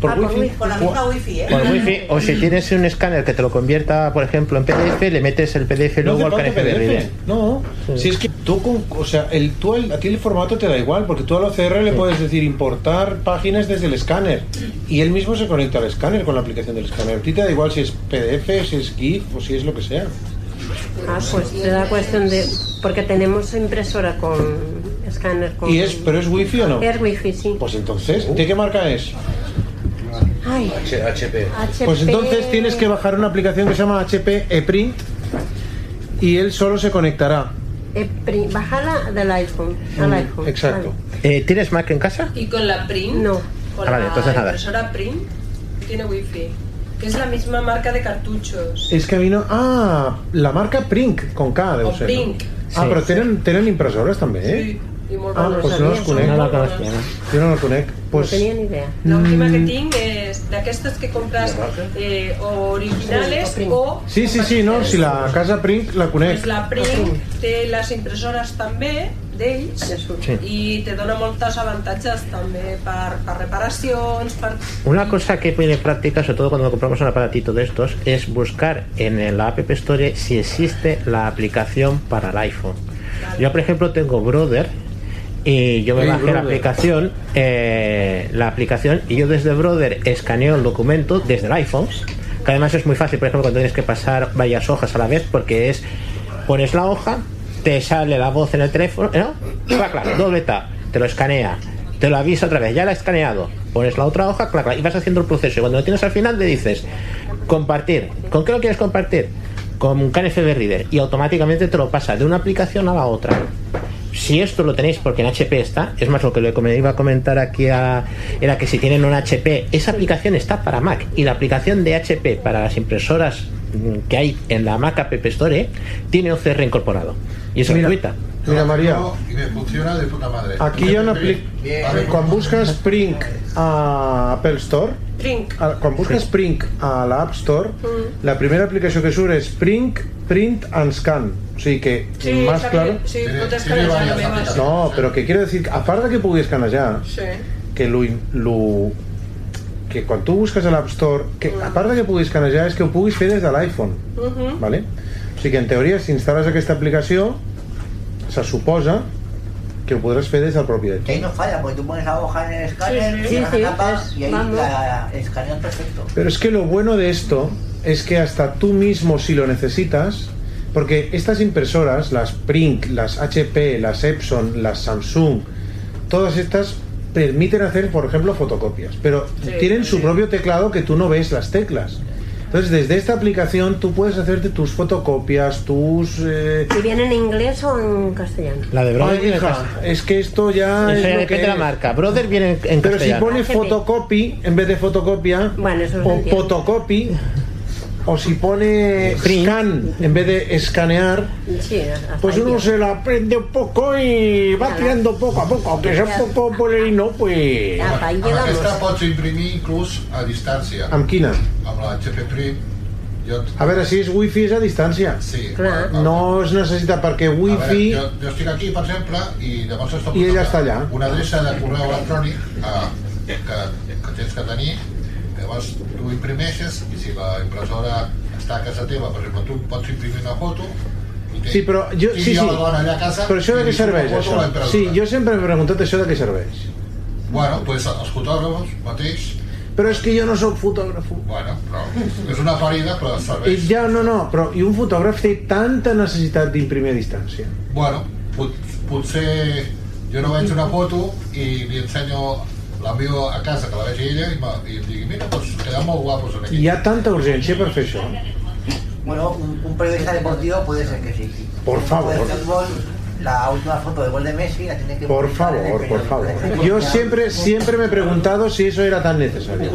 Por Ah, por wifi. Con la misma wifi, ¿eh? Por wifi, o si tienes un escáner que te lo convierta, por ejemplo, en PDF, le metes el PDF No luego hace al falta canife PDF. perdida. No, si es que tú, con, o sea, el, tú el- a ti el formato te da igual, porque tú al OCR le puedes decir importar páginas desde el escáner y él mismo se conecta al escáner con la aplicación del escáner. A ti te da igual si es PDF, si es GIF o si es lo que sea. Ah, pues será cuestión de... Porque tenemos impresora con escáner con... ¿Y es, pero es wifi o no? Es wifi, sí. Pues entonces, ¿de qué marca es? Ay, HP. HP. Pues entonces tienes que bajar una aplicación que se llama HP ePrint y él solo se conectará. eh, pri- bájala del iPhone. Al iPhone. Mm, Exacto. Eh, ¿Tienes Mac en casa? I con la Prim? No. con Ah, vale, la entonces nada. impresora print tiene wifi, que es la misma marca de cartuchos. Es que a mí no. Ah, la marca Prink con K de O Oseno. Prink. Ah, Sí. però tenen, tenen impressores també, eh? I molt Ah, bones. doncs no les conec. Són molt bones. Jo no les conec. Pues, tenia ni idea. L'última que Mm. tinc és d'aquestes que compres eh, o originales Sí, o Sí, sí, sí, no, si la casa Prink la conec. Pues la Print té les impressores també d'ells Sí. i te dona moltes avantatges també per, per reparacions, per... Una cosa que pone en práctica, sobre todo cuando compramos un aparatito de estos, es buscar en la App Store si existe la aplicación para el iPhone. Yo, por ejemplo, tengo Brother y yo me Hey, bajé la Brother. aplicación, eh, la aplicación y yo desde Brother escaneo el documento desde el iPhone, que además es muy fácil, por ejemplo, cuando tienes que pasar varias hojas a la vez, porque es pones la hoja, te sale la voz en el teléfono, ¿no? Clac, clac, doble tap, te lo escanea, te lo avisa otra vez, ya la he escaneado, pones la otra hoja, clac, clac, y vas haciendo el proceso. Y cuando lo tienes al final, le dices, compartir. ¿Con qué lo quieres compartir? Con un KNFB Reader, y automáticamente te lo pasa de una aplicación a la otra. Si esto lo tenéis porque en HP está, es más lo que le com- iba a comentar aquí a, era que si tienen un HP, esa aplicación está para Mac y la aplicación de HP para las impresoras mm, que hay en la Mac App Store eh, tiene OCR incorporado y es gratuita. Mira, María. Y me funciona de puta madre. Aquí hi ha una apli... Quan busques Prink a Apple Store, Prink. Mm. a- quan busques Prink a la App Store, la primera aplicació que surt és Prink, Print and Scan. O sigui que, Sí, más està claro... bien. Sí, pot escanejar també més. No, però que quiero decir, a part de que pugui escanejar, Sí. que lo, in- lo que quan tu busques a l'App Store, que a part de que puguis escanejar és que ho puguis fer des de l'iPhone, Mhm. vale? O sigui que en teoria si instal·les aquesta aplicació se suposa que ho podràs fer des del propi Que ahí iPhone. no falla, porque tú pones la hoja en el escáner, sí, cierras sí, la tapa es- y ahí vamos. la escaneas perfecto. Pero es que lo bueno de esto es que hasta tú mismo si lo necesitas, porque estas impresoras, las Prink, las HP, las Epson, las Samsung, todas estas permiten hacer, por ejemplo, fotocopias, pero Sí, tienen su propio teclado que tú no ves las teclas. Entonces, desde esta aplicación tú puedes hacerte tus fotocopias, tus... eh, ¿Y viene en inglés o en castellano? La de Brother Ay, hija, es que esto ya... Eso ya es lo depende que de la es. marca. Brother viene en- en Pero si castellano. Ah, pone photocopy en vez de fotocopia, lo o entiendo. photocopy, o si pone scan en vez de escanear, Sí, eh, hasta pues ahí uno bien. se la aprende un poco y va Nada. tirando poco a poco, aunque sea Ya. un poco polerino, pues... Apa, ahí Amb aquesta llegamos. pots imprimir inclús a distància. Amb quina? Amb la HP Print. Jo... A veure, si és wifi és a distància. Sí. Clar. No es necessita perquè A veure, wifi... jo, jo estic aquí, per exemple, i llavors esto I ella està allà. Una adreça de correu electrònic eh, que, que tens que tenir, llavors tu imprimeixes i si la impressora està a casa teva, per exemple, tu pots imprimir una foto, Sí, però jo... Sí, Sí, jo sí. la dona allà a casa Però això i de què li serveix, foto això? la impressora. Sí, jo sempre m'he preguntat això de què serveix. bueno, doncs els fotògrafs mateix, Però és que jo no sóc fotògrafo. bueno, però és una ferida, però I serveix. ja, no, no, però i un fotògraf té tanta necessitat d'imprimir a distància. Bueno, pot, potser jo no veig una foto i li ensenyo la meva a casa, que la vegi ella, i, me- i em digui, mira, doncs quedem molt guapos en aquí. Hi ha tanta urgència per fer això. Bueno, un, un periodista deportivo puede ser que sí. Por favor. Un jugador de fútbol, la última foto de gol de Messi la tiene que Por publicar en el favor, por periódico. favor. Yo siempre, siempre me he preguntado si eso era tan necesario.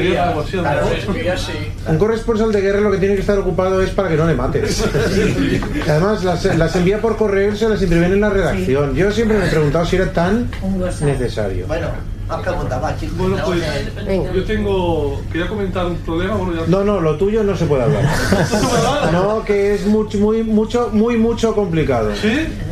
Claro, es que ya sí. Un corresponsal de guerra lo que tiene que estar ocupado es para que no le maten. Y Además, las, las envía por correo y se las imprimen en la redacción. Yo siempre me he preguntado si era tan necesario. Bueno, más preguntas, más chicos. eh, Bueno, Tenemos pues el- yo tengo. Quería comentar un problema. Bueno, ya. No, no, lo tuyo no se puede hablar. No, que es mucho, muy, mucho, muy, mucho complicado.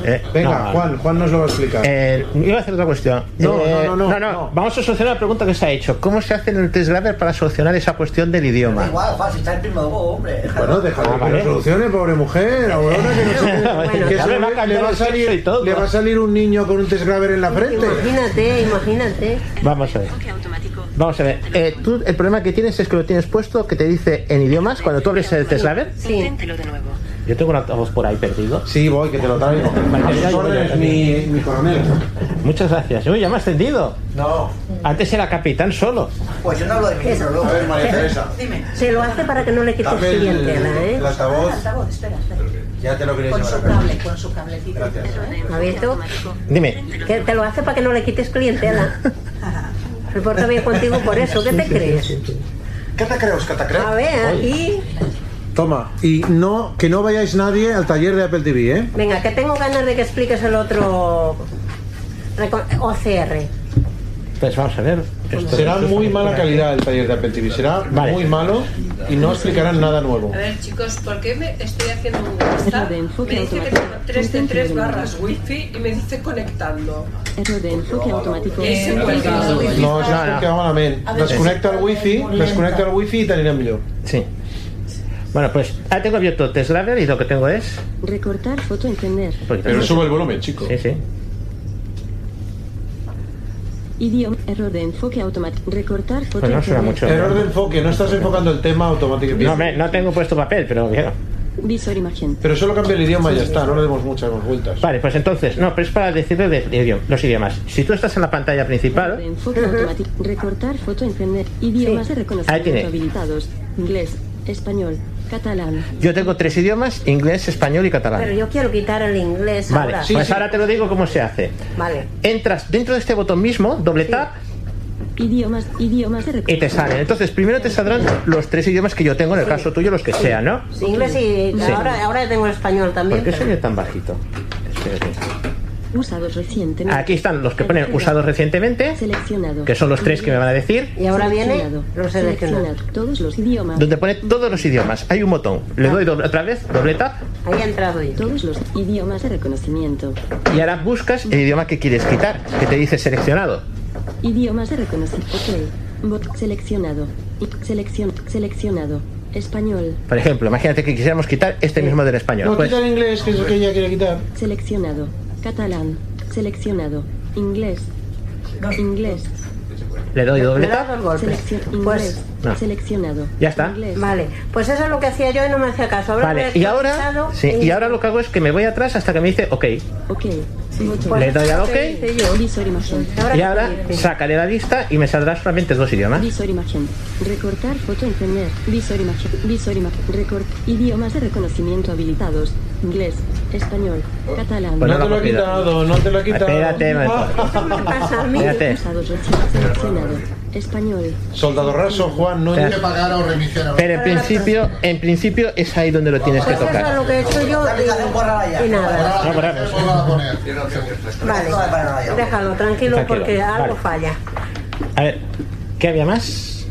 Eh, Venga, no. Juan, Juan nos lo va a explicar. Eh, iba a hacer otra cuestión. No, Eh, no, no, no, Vamos a solucionar la pregunta que se ha hecho. ¿Cómo se hace en el test grabber para solucionar esa cuestión del Da idioma? Igual, fácil, está el primo de vos, hombre. Bueno, déjalo Ah, que vale. lo solucione, pobre mujer. Ahora que, no sé- Bueno, que ya se le le, va a le cambiar va a el sexo salir, y todo. le va a salir un niño con un test graver en la frente. Imagínate, imagínate. Vamos a ver. Vamos a ver. Eh, tú, el problema que tienes es que lo tienes puesto que te dice en idiomas cuando tú abres el test grabber. Sí. de nuevo. Yo tengo un altavoz por ahí perdido. Sí, voy, que te lo traigo. A sus órdenes, mi- mi coronel. Muchas gracias. Uy, ya me has tendido. No. Antes era capitán solo. Pues yo no hablo de mí, pero luego. A ver, María Teresa. Dime. Se lo hace para que no le quites Dame el- clientela, ¿eh? el altavoz. altavoz, espera, espera. Ya te lo quería Con llevar su a casa. cable, con su cablecito. ¿Abierto? Dime. Que te lo hace para que no le quites clientela. Me porto bien contigo por eso. ¿Qué te crees? ¿Qué te crees? ¿Qué te crees? A ver, aquí. Toma, y no que no vayáis nadie al taller de Apple TV, ¿eh? Venga, que tengo ganas de que expliques el otro reco- OCR. Pues vamos a ver. Esto- Será esto muy está mala por aquí. calidad el taller de Apple TV, será Vale. muy malo y no explicarán nada nuevo. A ver, chicos, ¿por qué me estoy haciendo un WhatsApp? Me dice que tengo 3 de 3 barras wifi y me dice conectando. Error de enfoque automático. No, això és perquè va malament. A veure. Desconnecta el wifi, desconnecta el wifi i t'anirà millor. Sí. Bueno, pues ah, tengo abierto Teslaver y lo que tengo es. Recortar foto encender. Pero sube el volumen, chico. Sí, sí. Idioma. Error de enfoque automático. Recortar foto Pues no suena mucho. Error de enfoque, no estás enfocando el tema automáticamente. No, me- no tengo puesto papel, pero claro. Visor imagen. Pero solo cambia el idioma y ya está, no le demos muchas más vueltas. Vale, pues entonces, no, pero es para decirte de, de idioma- los idiomas. Si tú estás en la pantalla Error principal, de enfoque automático. Recortar foto encender. Idiomas de Ahí tiene. reconocimiento habilitados. Inglés, español, catalán. yo tengo tres idiomas, inglés, español y catalán. yo quiero quitar el inglés Vale, pues ahora te lo digo cómo se hace. Vale. Entras dentro de este botón mismo, doble tap, Idiomas, idiomas de y reconocimiento. te salen. Entonces, primero te saldrán los tres idiomas que yo tengo, en el caso tuyo, los que sean, ¿no? Inglés y Sí. ahora, ahora tengo español también. ¿Por qué pero- soy yo tan bajito? Espérate. Usados recientemente. Aquí están los que ponen usados recientemente, Seleccionado. que son los tres que me van a decir, Y ahora viene Seleccionado. lo seleccionado. Seleccionar Todos los idiomas. donde pone todos los idiomas. Hay un botón. Le Ah. doy doble- otra vez, doble tap, Ahí ha entrado yo. Todos los idiomas de reconocimiento. y ahora buscas el idioma que quieres quitar, que te dice seleccionado. Idiomas de reconocimiento. Ok. Bot seleccionado. I- Selección seleccionado. Español. Por ejemplo, imagínate que quisiéramos quitar este mismo del español. Pues, el inglés, que es lo que ella quiere quitar. Seleccionado. Catalán. Seleccionado. Inglés. Inglés. le doy doble tap. Selección inglés. No. Seleccionado. Ya está. Pues Vale, pues eso es lo que hacía yo y no me hacía caso. Ahora Vale, me he y ahora, actualizado sí, y- y ahora lo que hago es que me voy atrás hasta que me dice OK. Ok. Pues Le doy a OK. ¿qué hice yo? Visor imagen. Y ahora sacaré la lista y me saldrán solamente dos idiomas. Visor imagen. Recortar foto encender. Visor imagen. Visor imagen. Record. Idiomas de reconocimiento habilitados. Inglés. Español. Catalán. Pues no No te lo he Rápido. quitado, no te lo he quitado. Ah. Espérate, me- pasa a mí? Espérate. Usados recién Seleccionado. Español. Soldado raso, Juan, no Espera. Pero en principio, en principio es ahí donde lo tienes que Pues eso es tocar. lo que he hecho yo y, y nada. No, para- Vale, déjalo tranquilo, Tranquilo, porque vale. algo falla. A ver, ¿qué había más?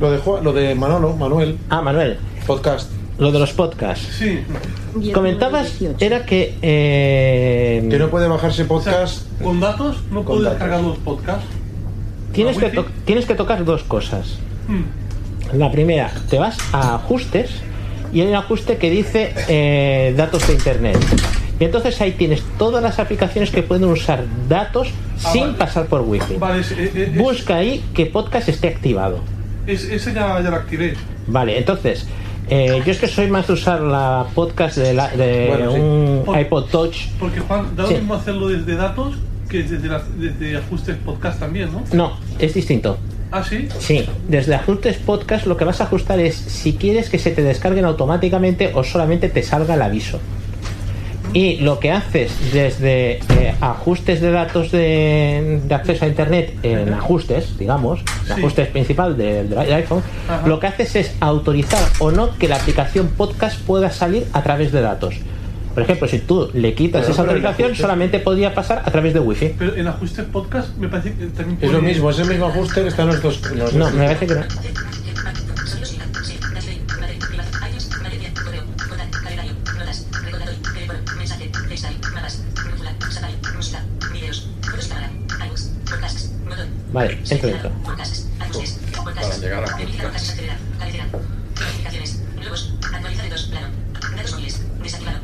Lo de, Juan- lo de Manolo, Manuel. Ah, Manuel. Podcast. Lo de los podcasts. Sí. Comentabas, era que... eh, Que no puede bajarse podcast. ¿Con datos? ¿No puedo descargar los podcasts? tienes, ¿La que wifi? to- tienes que tocar dos cosas. La primera, te vas a ajustes y hay un ajuste que dice eh, datos de internet. Y entonces ahí tienes todas las aplicaciones que pueden usar datos sin pasar por wifi. Ah, Vale, eh, es- es- es- Busca ahí que podcast esté activado. es- ese ya, ya lo activé. Vale, entonces, eh, yo es que soy más de usar la podcast de, la- de Bueno, sí. un Por- iPod Touch. Porque Juan, da lo Sí. mismo hacerlo desde datos que desde, las- desde ajustes podcast también, ¿no? No, es distinto. Ah, sí. Sí, desde ajustes podcast lo que vas a ajustar es si quieres que se te descarguen automáticamente o solamente te salga el aviso. Y lo que haces desde eh, ajustes de datos de, de acceso a internet en ajustes, digamos, en Sí. ajustes principal del del iPhone, Ajá. lo que haces es autorizar o no que la aplicación podcast pueda salir a través de datos. Por ejemplo, si tú le quitas Pero, esa pero en autorización, ajustes- solamente podría pasar a través de Wi-Fi. Pero en ajustes podcast me parece que también Es lo mismo, es el mismo ajuste que están los dos. No, me parece que no. Vale, entra dentro. Para llegar a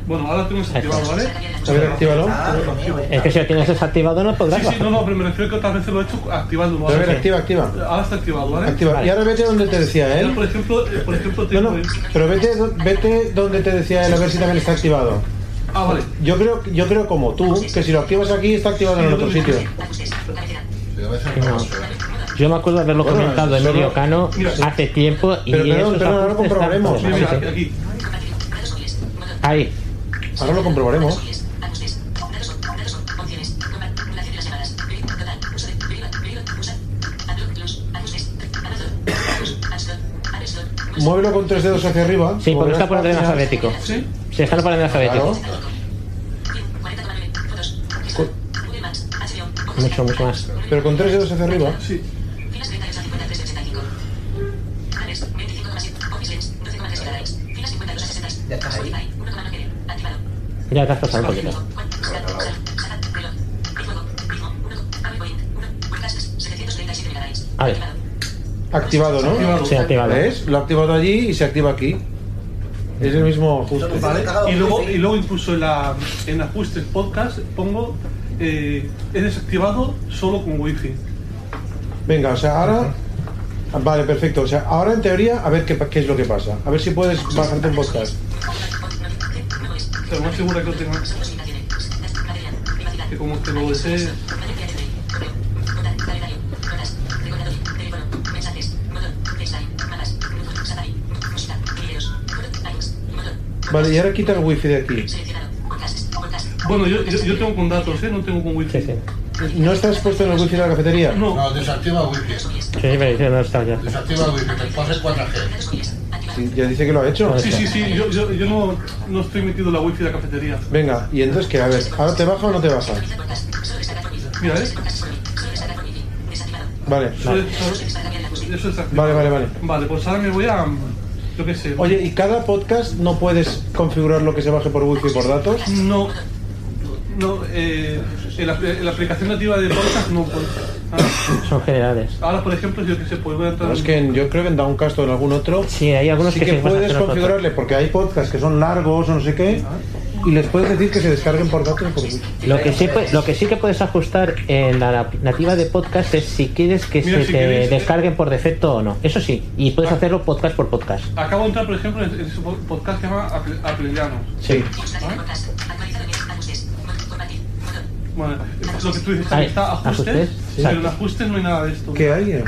Bueno, ahora tenemos activado, ¿vale? A ver, actívalo. Ah, Eh, Es que si lo tienes desactivado no podrás Sí, sí, no, no, pero me refiero que otras veces lo he hecho activándolo. A ¿vale? ver, activa, activa. Ahora está activado, ¿vale? Activa. Y ahora vete donde te decía Yo, él. por ejemplo, eh, por ejemplo No, tengo... no, pero vete, do- vete donde te decía él a ver si también está activado. Ah, vale. Yo creo, yo creo como tú, que si lo activas aquí está activado en el otro sitio. No. Yo me acuerdo haberlo Bueno, comentado solo- Emilio Cano Mira, sí. hace tiempo y Pero, perdón, esos perdón, ahora lo ajustes están comprobaremos. por- Mira, sí, sí. aquí. Ahí. Ahora lo comprobaremos. Muévelo con tres dedos hacia arriba. Sí, porque está por orden alfabético. Sí. Sí, está por orden alfabético. Mucho, mucho más. Pero con tres dedos hacia arriba. Sí. Ya estás ahí. Ya te has pasado un poquito. A ver. Activado, ¿no? Sí, activado. ¿Ves? Lo ha activado allí y se activa aquí. Es el mismo ajuste. Vale, Y luego, y luego incluso en, la, en ajustes podcast pongo eh, es desactivado solo con wifi. Venga, o sea, ahora. Vale, perfecto. O sea, ahora en teoría, a ver qué, pa- qué es lo que pasa. A ver si puedes bajarte un podcast. Pero más segura que lo tenga. Que como te lo desee. Vale, y ahora quita el wifi de aquí. Bueno, yo, yo, yo tengo con datos, ¿eh? No tengo con wifi. ¿No estás puesto en el wifi de la cafetería? No. desactiva wifi. Sí, pero dice, no está ya. Desactiva wifi, que pase 4G. Sí, ya dice que lo ha hecho. Sí, sí, sí, yo, yo, yo no, no estoy metido en la wifi de la cafetería. Venga, y entonces que a ver, ¿ahora te baja o no te baja? Mira, ¿eh? Vale, Eso, vale, es- eso- eso es vale, activado. vale. vale. Vale, pues ahora me voy a. Yo qué sé. Oye, ¿y cada podcast no puedes configurar lo que se baje por wifi y por datos? No. No, eh, en la, en la aplicación nativa de podcast no puedo. Son generales. Ahora, por ejemplo, yo que sé, pues voy a entrar. No, es que en- yo creo que en Downcast o en algún otro. Sí, hay algunos sí que que, se pasan puedes que nosotros. configurarle, porque hay podcasts que son largos o no sé qué, y les puedes decir que se descarguen por datos y por wifi. Lo que, sí, pue- lo que sí que puedes ajustar en la nativa de podcast es si quieres que Mira, se si te queréis, eh. Ah. descarguen por defecto o no. Eso sí, y puedes hacerlo podcast por podcast. Acabo de entrar, por ejemplo, en, en su po- podcast que se llama Aple- Aplelianos. Sí. Bueno, lo que tú dices, Ahí, está ajustes, ajustes, pero en exacto. ajustes no hay nada de esto. ¿Qué hay en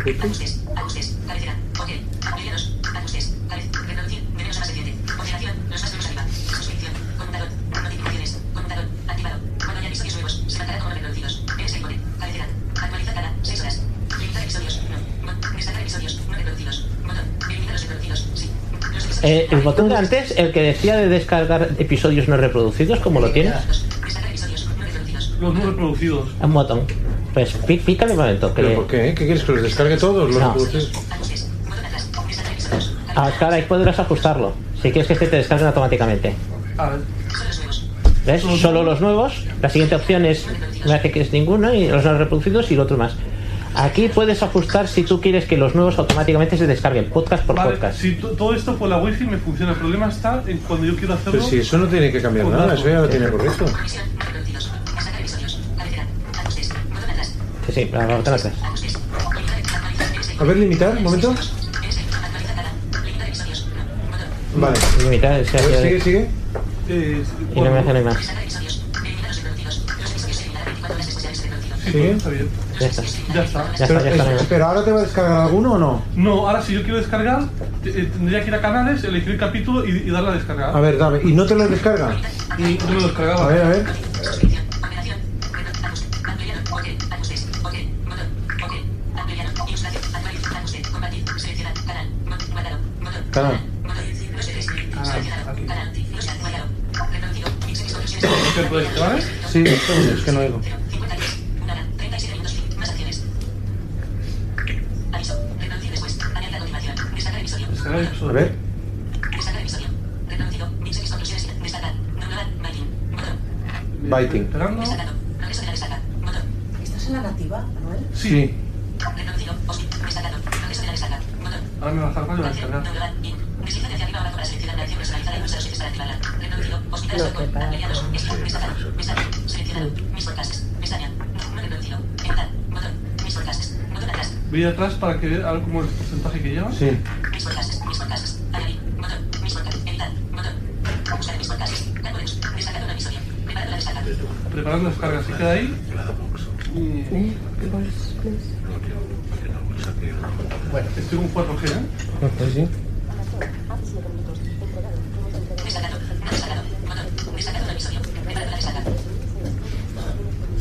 Eh, el botón de antes, el que decía de descargar episodios no reproducidos, ¿cómo lo tienes? Los no reproducidos. Un botón. Pues pí- pícale un momento. Que ¿Pero por qué? ¿Qué quieres que los descargue todos? Los No. reproduces? Ah, claro, ahí podrás ajustarlo. Si quieres que se te descarguen automáticamente. A ver. ¿Ves? Solo los nuevos. La siguiente opción es una que es ninguno y los no reproducidos y el otro más. Aquí puedes ajustar si tú quieres que los nuevos automáticamente se descarguen podcast por Vale, podcast. si to- todo esto por la wifi me funciona, el problema está en cuando yo quiero hacerlo. Pero si eso no tiene que cambiar Con nada, datos. eso ya lo tiene correcto. Pues Sí, sí, la la otra atrás. A ver, limitar, un momento. Vale. Limitar, se A ver, hace- sigue, sigue. Eh, Y no me hace ni más. Sí, está bien. Ya está. Ya está. Ya está, ya está. Es- ¿Pero ahora te va a descargar alguno o no? No, ahora si yo quiero descargar, te- eh, tendría que ir a canales, elegir el capítulo y, y darle a descargar. A ver, dame. ¿Y no te lo descarga? Y no me lo descargaba. A ver, a ver. Canal. ¿Te puedes descargar? Sí, es que no oigo. Descargar el episodio. A ver. Biting. Esperando. ¿Estás en la nativa, Manuel? Sí. Ahora me va a bajar para descargar. Voy atrás para que vea a ver cómo es el porcentaje que lleva. Sí. Preparando descargas. ¿Se queda ahí? Eh, Bueno. Estoy con 4G, ¿eh? Sí, sí.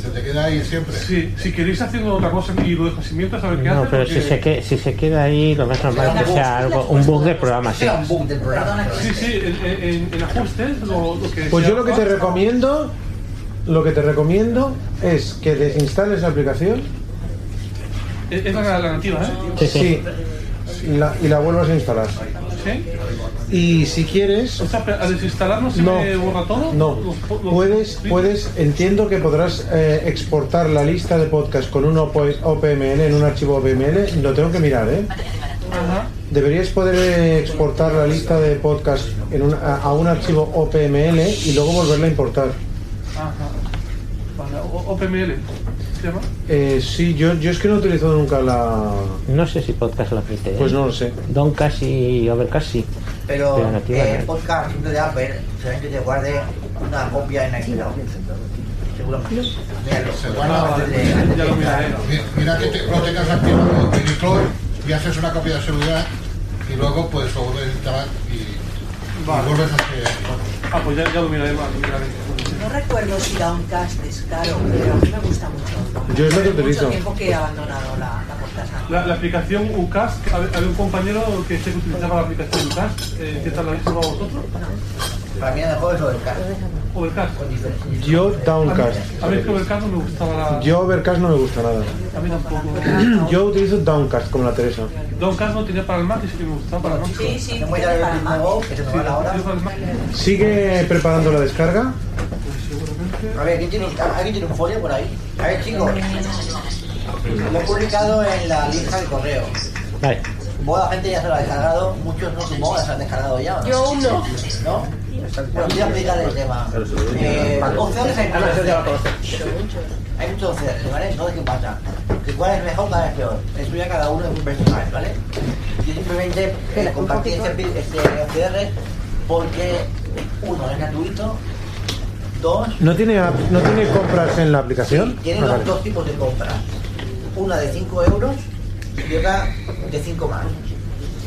Se te queda ahí siempre. Sí, si queréis haciendo otra cosa y lo dejo así mientras a ver qué No, hace, pero si porque- se, que- si se queda ahí, lo más normal es que sea algo, un bug del programa, sí. Sí, sí, en, en- en ajustes lo, lo que Pues sea. yo lo que te recomiendo, lo que te recomiendo es que desinstales la aplicación Es, es la nativa, ¿eh? sí, y, la, y la vuelvas a instalar. ¿Sí? Y si quieres, O sea, pero al desinstalarlo se No. me borra Ah, todo. no, puedes, puedes, entiendo que podrás eh, exportar la lista de podcast con un OP- OPML en un archivo OPML, lo tengo que mirar, ¿eh? Ajá. Deberías poder eh, exportar la lista de podcast en un- a, a un archivo OPML y luego volverla a importar. Ajá. ah, Vale, o- OpenML. ¿Se llama? Eh, sí, yo, yo es que no he utilizado nunca la... No sé si podcast la apriete. ¿eh? Pues no lo sé. Don casi, overcast sí. Pero nativa eh, no. podcast siempre de Apple, será que te guarde una copia en iCloud. Seguramente. Míralo, se guarda antes de- antes de entrar. Mira, mira que te, lo tengas activado en el cloud y haces una copia de seguridad y luego pues lo vuelves a instalar y, y Vale. vuelves a hacer. Ah, pues ya, ya lo miraré más, lo miraré. No recuerdo si Downcast es caro, pero a mí me gusta mucho. Yo es lo que utilizo. Mucho tiempo que he abandonado la, la podcast. La, la aplicación UCAS, que hab- había un compañero que sé que utilizaba la aplicación UCAS, eh, ¿qué tal la habéis probado vosotros? Para mí el mejor es Overcast. Overcast. Yo Downcast. A mí es que Overcast no me gustaba la... Yo Overcast no me gusta nada. A mí tampoco. Yo utilizo Downcast como la Teresa. Downcast no tenía para el Mac y sí que me gustaba para el Mac. Sí, sí, Voy a dar el último go, que se nos va la hora. ¿Sigue preparando la descarga? A ver, ¿quién tiene, un- ¿alguien tiene un folio por ahí? A ver, chicos. Lo he publicado en la lista de correo. Vale. Buena gente ya se lo ha descargado, muchos no supongo que se lo han descargado ya. ¿no? Yo aún no. ¿No? Bueno, voy a explicar el tema. Eh, opciones hay muchas opciones. Hay muchas opciones, ¿vale? Entonces, ¿qué pasa? Que cuál es mejor, cuál es peor. Es suya cada uno es un personal, ¿vale? Yo simplemente eh, compartí este, pi- este eh. OCR porque, uno, es gratuito, dos, ¿No tiene, app- no tiene compras en la aplicación? tiene Ah, dos, vale. dos tipos de compras. Una de 5 euros y otra de 5 más.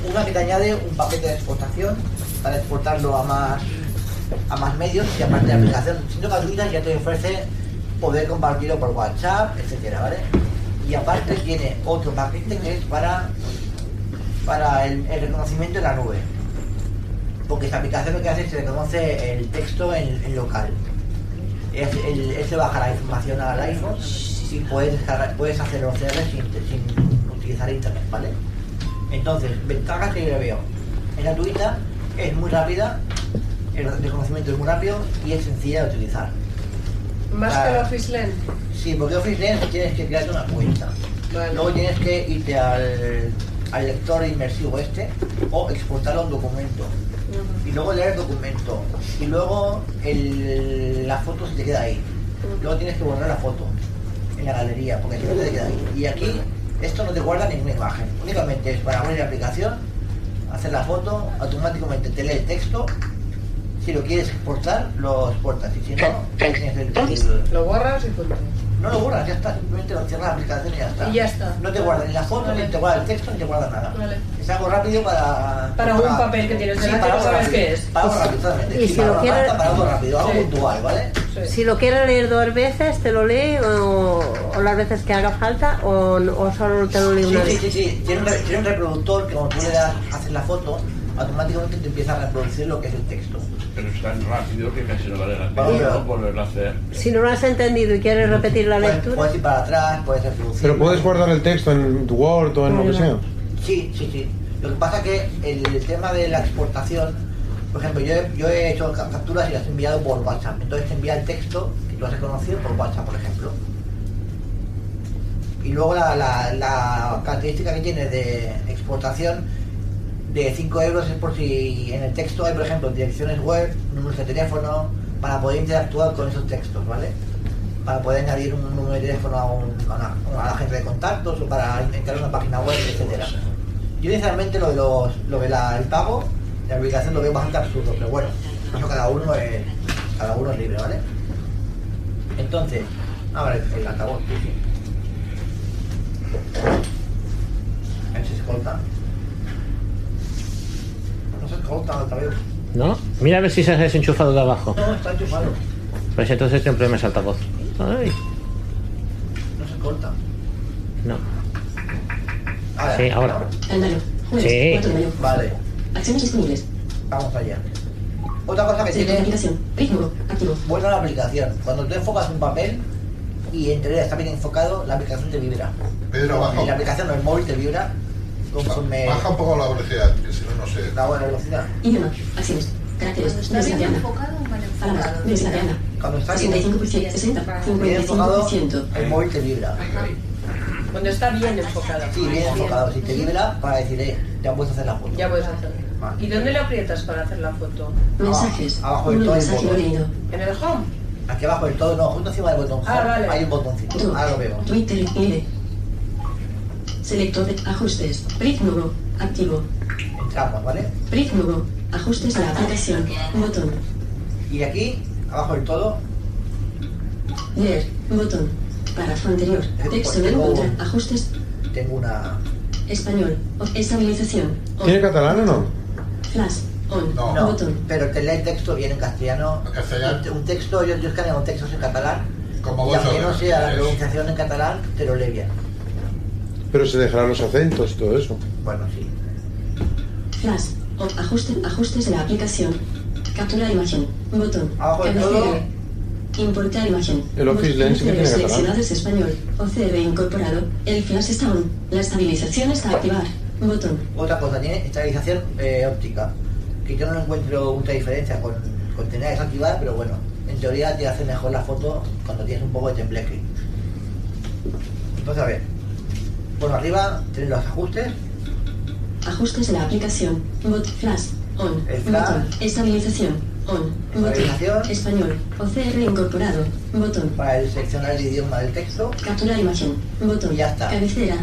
Una que te añade un paquete de exportación para exportarlo a más a más medios y aparte Mm. la aplicación siendo gratuita ya te ofrece poder compartirlo por WhatsApp, etcétera, ¿vale? Y aparte tiene otro paquete que es para para el, el reconocimiento en la nube. Porque esta aplicación lo que hace es que reconoce el texto en, en local. Es, el, él se baja la información al iPhone y puedes, descargar- puedes hacer los CR sin, sin utilizar internet, ¿vale? Entonces, ventajas que yo le veo. Es gratuita, es muy rápida, el reconocimiento es muy rápido y es sencilla de utilizar. Más Ah. que la Fislen. Sí, porque OfficeNet tienes que crearte una cuenta. Luego tienes que irte al, al lector inmersivo este o exportar un documento. Y luego leer el documento. Y luego el- la foto se te queda ahí. Luego tienes que borrar la foto en la galería, porque si no te queda ahí. Y aquí esto no te guarda ninguna imagen. Únicamente es para abrir la aplicación, hacer la foto, automáticamente te lee el texto. Si lo quieres exportar, lo exportas. Y si no, tienes el, el- Lo borras y punto. no lo borras, ya está, simplemente lo cierras la aplicación y ya está. Y ya está. No te guarda ni la foto, ni te guarda el texto, ni te guarda nada. Vale. Es algo rápido para. Para un papel que tienes Sí, delante, para no algo sabes rápido, qué es. Para algo rápido, totalmente. Sí, Y si para lo una quieres- carta, Para algo rápido, algo Sí. puntual, ¿vale? Si lo quiero leer dos veces, te lo lee o, o las veces que haga falta o, o solo te lo lee Sí, una sí, vez. sí, sí. Tiene un, re- tiene un reproductor que cuando tú le das a hacer la foto, automáticamente te empieza a reproducir lo que es el texto. Pero es tan rápido que casi no vale la pena Vale. no volverlo a hacer. Si no lo has entendido y quieres repetir la Puedes- lectura, Puedes ir Pues, para atrás, puedes reproducir. Pero puedes guardar el texto en Word o en lo que sea. Sí, sí, sí. Lo que pasa es que el, el tema de la exportación, por ejemplo, yo he, yo he hecho ca- capturas y las he enviado por WhatsApp. Entonces te envía el texto que tú has reconocido por WhatsApp, por ejemplo. Y luego la, la- la característica que tiene de exportación de 5 euros es por si en el texto hay, por ejemplo, direcciones web, números de teléfono, para poder interactuar con esos textos, ¿vale? Para poder añadir un número de teléfono a, un- a una, a la gente de contactos o para entrar a una página web, etcétera. Yo inicialmente lo de los, lo de la- el pago, la aplicación lo veo bastante absurdo, pero bueno, eso cada uno es, cada uno es libre, ¿vale? Entonces, ahora el, el altavoz, sí, sí. A ver si se corta. No se corta el altavoz. ¿No? Mira a ver si se ha desenchufado de abajo. No, está enchufado. Pues entonces tiene problemas altavoz. Ay. Sí, ahora. Andaluz. Jueves, Sí. 4 de mayo. Vale. Acciones disponibles. Vamos para allá. Otra cosa que tiene- Telecomunicación. Buena la aplicación. Cuando tú enfocas un papel y en teoría está bien enfocado, la aplicación te vibra. Pedro, baja. La aplicación, el móvil te vibra. Conforme... Baja un poco la velocidad, que si no, no sé. Eh. La buena velocidad. Idioma. Acciones. Caracteres. ¿Está bien Venezuelana. enfocado o mal Palabras. enfocado? Venezuelana. Cuando está bien, 65%. 60. bien enfocado, 55%. el móvil te vibra. Cuando está bien enfocado. Sí, bien enfocado. Si te vibra, para decir, eh, ya puedes hacer la foto. Ya puedes hacerlo. ¿Y dónde le aprietas para hacer la foto? Mensajes. Abajo del Un todo hay un mensaje botón. leído. ¿En el home? Aquí abajo del todo, no, justo encima del botón. Ah, vale. Hay un botoncito. Ahora lo veo. Twitter. L. Selector de ajustes. Brick nuevo. Activo. Entramos, ¿vale? Brick nuevo. Ajustes a la aplicación. Botón. Y aquí, abajo del todo, Leer. Botón. Párrafo anterior. Texto no encuentra. Ajustes. tengo una. Español. O- Estabilización. O- ¿Tiene catalán o no? Flash. On. No, pero te lee el texto bien en castellano. Un- Un texto, yo, yo escaneo textos en catalán. Como y vos aunque sabés, no sea la es. pronunciación en catalán, te lo lee bien. Pero se dejarán los acentos y todo eso. Bueno, sí. Flash. O ajuste, ajustes de la aplicación. Captura imagen. Botón. Abajo de todo. Cabecera. Importar imagen. El Office Botón. Lens sí que Cabecera tiene seleccionado catalán. es español. OCB incorporado. El flash está on. La estabilización está a activar. Botón. Otra cosa, tiene estabilización eh, óptica. Que yo no encuentro mucha diferencia con, con tener desactivada, pero bueno, en teoría te hace mejor la foto cuando tienes un poco de tembleque. Entonces, a ver. Bueno, arriba tienes los ajustes. Ajustes de la aplicación. Bot flash. On. El flash. Botón. Estabilización. On. Botón. Estabilización. Español. OCR incorporado. Botón. Para el seleccionar el idioma del texto. Captura imagen. Botón. Y ya está. Cabecera.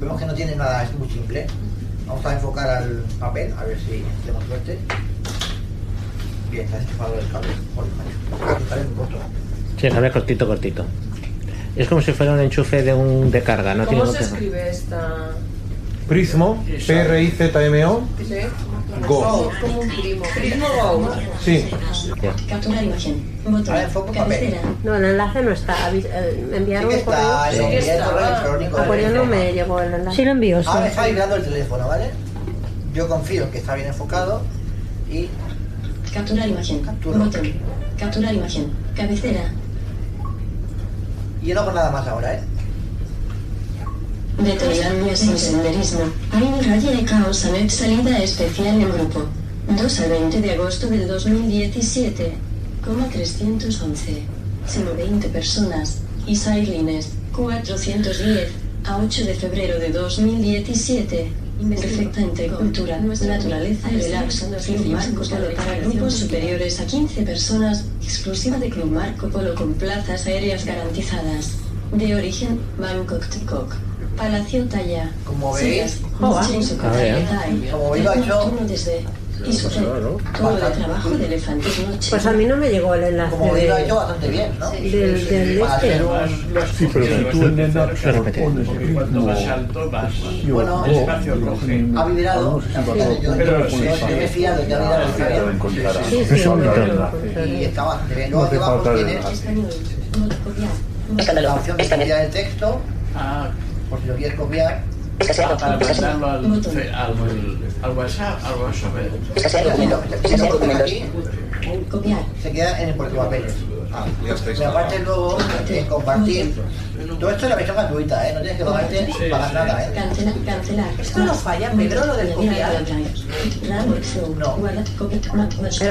Vemos que no tiene nada, es muy simple. Vamos a enfocar al papel, a ver si tenemos suerte. Bien, está deschafado el cable. Joder, macho. Aquí está el botón. Sí, a ver, cortito, cortito. Es como si fuera un enchufe de un de carga, no tiene ¿Cómo se otro. escribe esta? Prismo, P-R-I-Z-M-O, Go. Como un primo. Primo Go. Sí. Captura imagen. Botón. Cabecera. No, el enlace no está. Avis- eh, Me enviaron Sí que un correo. está, le envié el correo electrónico. Ah, pues yo no me llegó el enlace. Ahora está vibrando el teléfono, ¿vale? Yo confío en que está bien enfocado y Captura imagen. Botón. Captura imagen. Cabecera. y yo no hago nada más ahora, ¿eh? Vetoriano es un senderismo. Hay un rayo de caos a net salida especial en grupo. 2 al 20 de agosto del 2017. Coma 311. Sino 20 personas. Y Sailines. 410. A 8 de febrero de 2017. Perfectamente cultura, naturaleza y relax. Club Marco Polo para grupos superiores a 15 personas. Exclusiva de Club Marco Polo con plazas aéreas garantizadas. De origen Bangkok Tikok. Palacio Taya. Como veis, Sillas, joder. Michelin Socotra, A ver. Thai. Como veis, lo ha hecho- Turno desde Israel. Todo el trabajo de elefantes noche. Pues a mí no me llegó el enlace. Como de- veis, lo ha hecho bastante bien, ¿no? Del, del Para este. hacer un- Sí, pero si tú en el Porque cuanto más No. alto, más Bueno, eh, el espacio coge. ha vibrado, la verdad es que yo, Pero yo- sí, yo me he fiado, ya ha vibrado está bien. Sí, sí, Eso hombre, no te lo Y está bastante bien. ¿eh? Luego aquí abajo tienes la opción de copiar el texto, Ah, por si lo quieres copiar. Para mandarlo al, al, al WhatsApp, al WhatsApp. eh. Pues Copiar. Se queda en el portapapeles. Ah, y aparte luego eh, compartir. Todo esto es la versión gratuita, ¿eh? No tienes que pagarte pagar nada, ¿eh? Cancelar, cancelar. Esto no falla, Pedro, lo del copiar. No.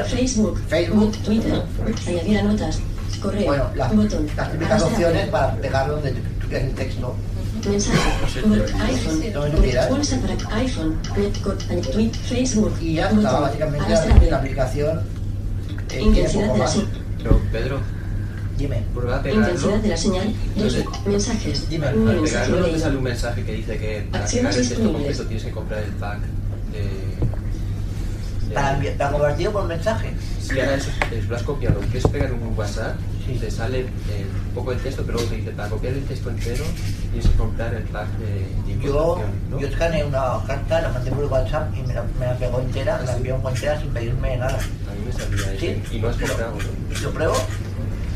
Facebook. Facebook. Twitter. Añadir a notas. Correo. Bueno, las, botón. las típicas Arrastrar. opciones para pegar donde tú quieres el texto. Pues Mensaje. Word, iPhone. tú miras. Pulsa para iPhone. Netcode. Tweet. Facebook. Y ya está, Botón. básicamente Arrastrar. la, la aplicación. eh, tiene Intensidad poco de la más. señal. Pero, Pedro, Dime. prueba a pegarlo. Intensidad de la señal. Dos mensajes. Dime, Un al mensaje pegarlo no te leído. sale un mensaje que dice que para pegar Acciones el texto disponibles. completo tienes que comprar el pack de... Para, envi- para compartir por mensaje. Si ahora eso, es- lo has copiado, quieres pegar un WhatsApp, te sale eh, un poco el texto, pero luego te dice, para copiar el texto entero tienes que comprar el pack de, de Yo, importación. yo escaneé una carta, la mandé por WhatsApp y me la, me la pegó entera, la envió entera sin pedirme A nada. mí me salía eso. Y no has comprado. ¿Lo pruebo?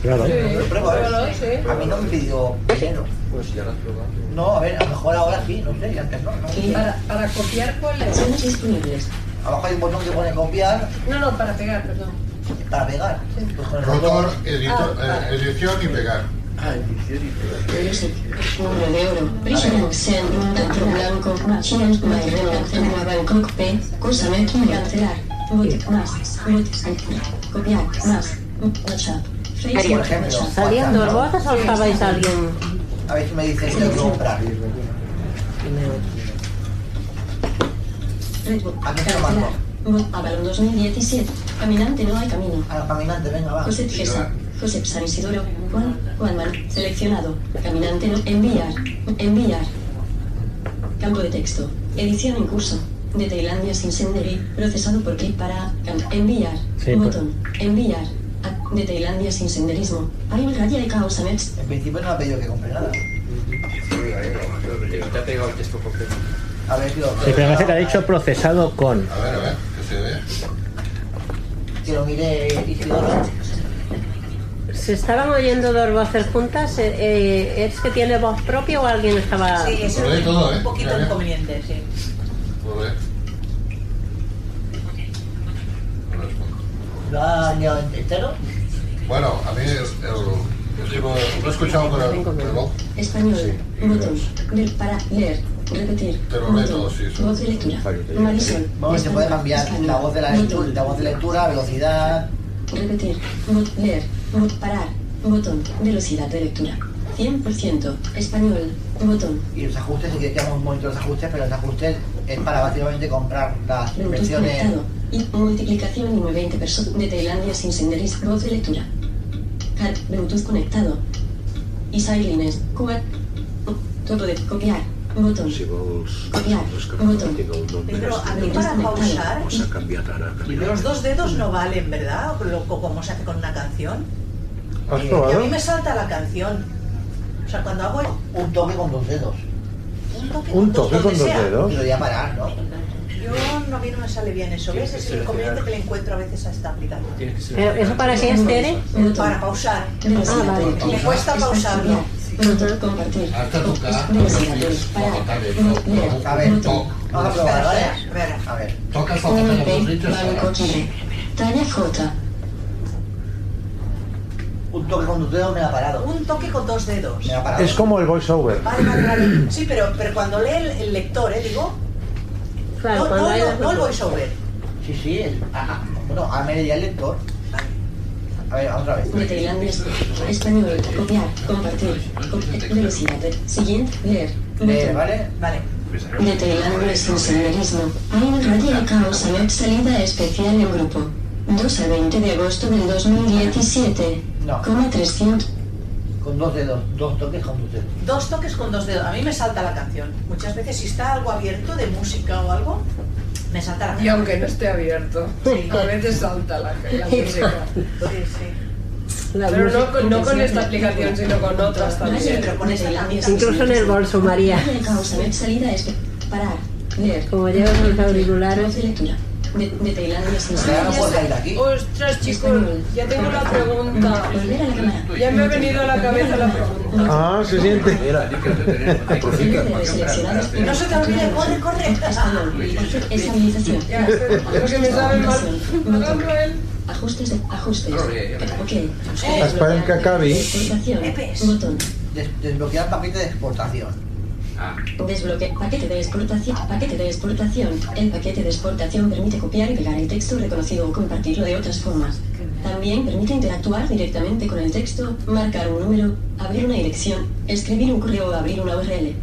Claro. Sí, pruébalo, sí. ¿eh? A mí no me pidió dinero. Pues ya lo has probado. No, a ver, a lo mejor ahora sí, no sé, y antes no. no sé. Para, para copiar, ¿cuál es? Son Abajo hay un botón que pone copiar No, no, para pegar, perdón. para pegar. Pues con el Rotor, botón. editor, Ah, vale. eh, edición y pegar. Ah, edición y pegar. Un euro. Prisoner Xen. Dentro blanco. Machines. Mairena. Tenua Bangkok P. Cosa me cancelar. Boot. Más. Boot. Copiar. Más. WhatsApp. Facebook. Por ejemplo, ¿Saliendo el botas o estabais alguien? A ver si me dices que lo quiero comprar. ¿A qué te lo mando? Avalon 2017. Caminante no hay camino. A la caminante, venga, va. Josep Gesa. Josep San Isidoro. Juan. Juanman. Seleccionado. Caminante no. Enviar. Enviar. Campo de texto. Edición en curso. De Tailandia sin Senderi. Procesado por clic para. cam- Enviar. Sí, por- Botón. Enviar. A- De Tailandia sin senderismo. Hay un de causa mets. En principio no ha pedido que compre nada. Ya te digo el texto completo. A ver, tío. Sí, pero me parece que ha dicho procesado con. A ver, a ver, que se vea. Que lo mire Isidoro. ¿Se estaban oyendo dos voces juntas? Eh, eh, ¿Es que tiene voz propia o alguien estaba...? Sí, es Lo ve todo, ¿eh? un poquito Claro. inconveniente, sí. Lo ve. No responde. Ah, ¿Lo ha añadido entero? Bueno, a mí el, el- es que no, no he escuchado con el reloj. Español. Botón. Del para leer. Repetir. Te lo leo todo, Botón. sí, eso. Voz de lectura. Marisol. Vamos, se puede cambiar la voz de la lectura, la voz de lectura, velocidad. Repetir. Bot- leer. Bot- parar. Botón. Velocidad de lectura. 100%. Español. Botón. Y los ajustes, si queremos un momento los ajustes, pero los ajustes es para básicamente comprar las Bluetooth versiones. conectado. Y multiplicación mínimo 20 personas de Tailandia sin senderismo. Voz de lectura. Car. Bluetooth conectado. Y Silines. Cuba. Todo de copiar. Botón. Copiar. Botón. Pero a mí Bluetooth para conectado. pausar, los Los dos dedos no valen, ¿verdad? O lo- o como se hace con una canción. Eh, ¿Has Y a mí probado? me salta la canción. O sea, cuando hago Un toque con dos dedos. un toque, Un toque con dos sea, dedos. Pero ya parar, ¿no? Yo no, a mí no me sale bien eso. ¿Ves? Es el inconveniente que le encuentro a veces a esta aplicación. Pero, ¿Eso para qué es, Tere? Para pausar. Ah, vale. Me cuesta pausarlo. Botón. Compartir. Hasta tocar, Velocidad de perfil, parar. bocatale, Bot- leer. A ver, Botón. vamos a probar, ¿vale? A ver. Toca el bocatale con los MP, dichos. Banco Chile. Talla J. Un toque con dos dedos me ha parado. Un toque con dos dedos. Me ha parado. Es como el voiceover. Vale, vale, vale. Sí, pero, pero cuando lee el, el lector, ¿eh? Digo, Claro, no, cuando no, hay no, las no el dos. voiceover. Sí, sí, el, ah, ah, bueno, a media el lector. A ver, otra vez. De Tailandia. este, Español. Copiar. Compartir. Cop- Velocidad. de- Siguiente. Leer. Leer, Botón. ¿vale? Vale. De Tailandia sin senderismo. Hay un radio de caos a la salida especial en grupo. 2 a 20 de agosto del 2017. No. Coma 300. Con dos dedos, dos toques con dos dedos. Dos toques con dos dedos. A mí me salta la canción. Muchas veces si está algo abierto de música o algo, me salta la Y canción. aunque no esté abierto, a veces salta la, la música. Sí, sí. Pero no, con- no con esta aplicación, sino con otras también. De Tailandia sin Incluso en el senderismo. bolso, María. Radio de caos a la salida especial. Parar. Leer. Como llevas los auriculares... Voz de lectura. De, de Tailandia sin Claro, senderismo. pues, ahí de aquí. Ostras, chicos, ya tengo la pregunta. Volver a la cámara. Ya me ha venido a la cabeza la pregunta. Ah, se siente. Y no se te olvide, corre, corre. Esa habilitación. Ya, lo que me sabe mal. Hablando él. Eh, Ajustes. de- Ajustes. Ok. Asparen Kakabi. Exportación. EPS. Botón. Des- desbloquear paquete de exportación. Ah. Desbloque. Paquete de exportación. Paquete de exportación. El paquete de exportación permite copiar y pegar el texto reconocido o compartirlo de otras formas. También permite interactuar directamente con el texto, marcar un número, abrir una dirección, escribir un correo o abrir una URL.